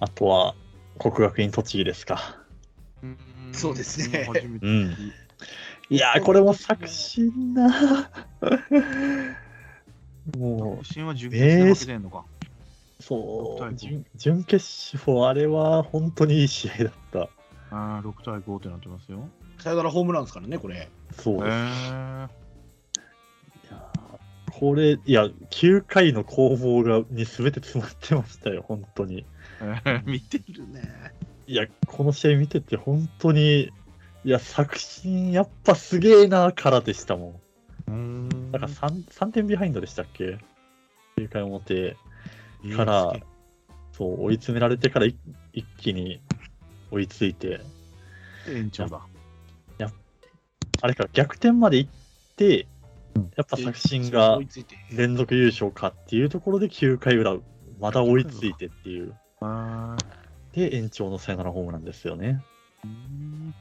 S3: あとは、国学院栃木ですか。
S1: うん
S4: そうですね
S1: 初めて
S3: うんいやー、これも作新な。 *laughs* も
S1: 独身は準決で負けてんのか、
S3: う、
S1: 六
S3: そう、
S1: 対五
S3: 準準決勝、あれは本当にいい試合だった。
S1: あー6対5ってなってますよ
S4: さよならホームランですからねこれ
S3: そう
S1: へ
S3: です。
S1: ー
S3: いやーこれ、いや、9回の攻防がに全て詰まってましたよ、本当に。
S1: えー見てるね
S3: いや、この試合見てて、本当に、いや、作新、やっぱすげえなからでしたもん。
S1: うん
S3: なんか 3, 3点ビハインドでしたっけ ?9 回表から、そう、追い詰められてからい一気に追いついて、
S1: 延長だ
S3: あれから逆転まで行って、やっぱ
S4: で
S3: 作新が
S4: 追いついて
S3: 連続優勝かっていうところで9回裏、まだ追いついてっていう。
S1: あー
S3: で、延長のサヨナラホームなんですよね。
S1: うん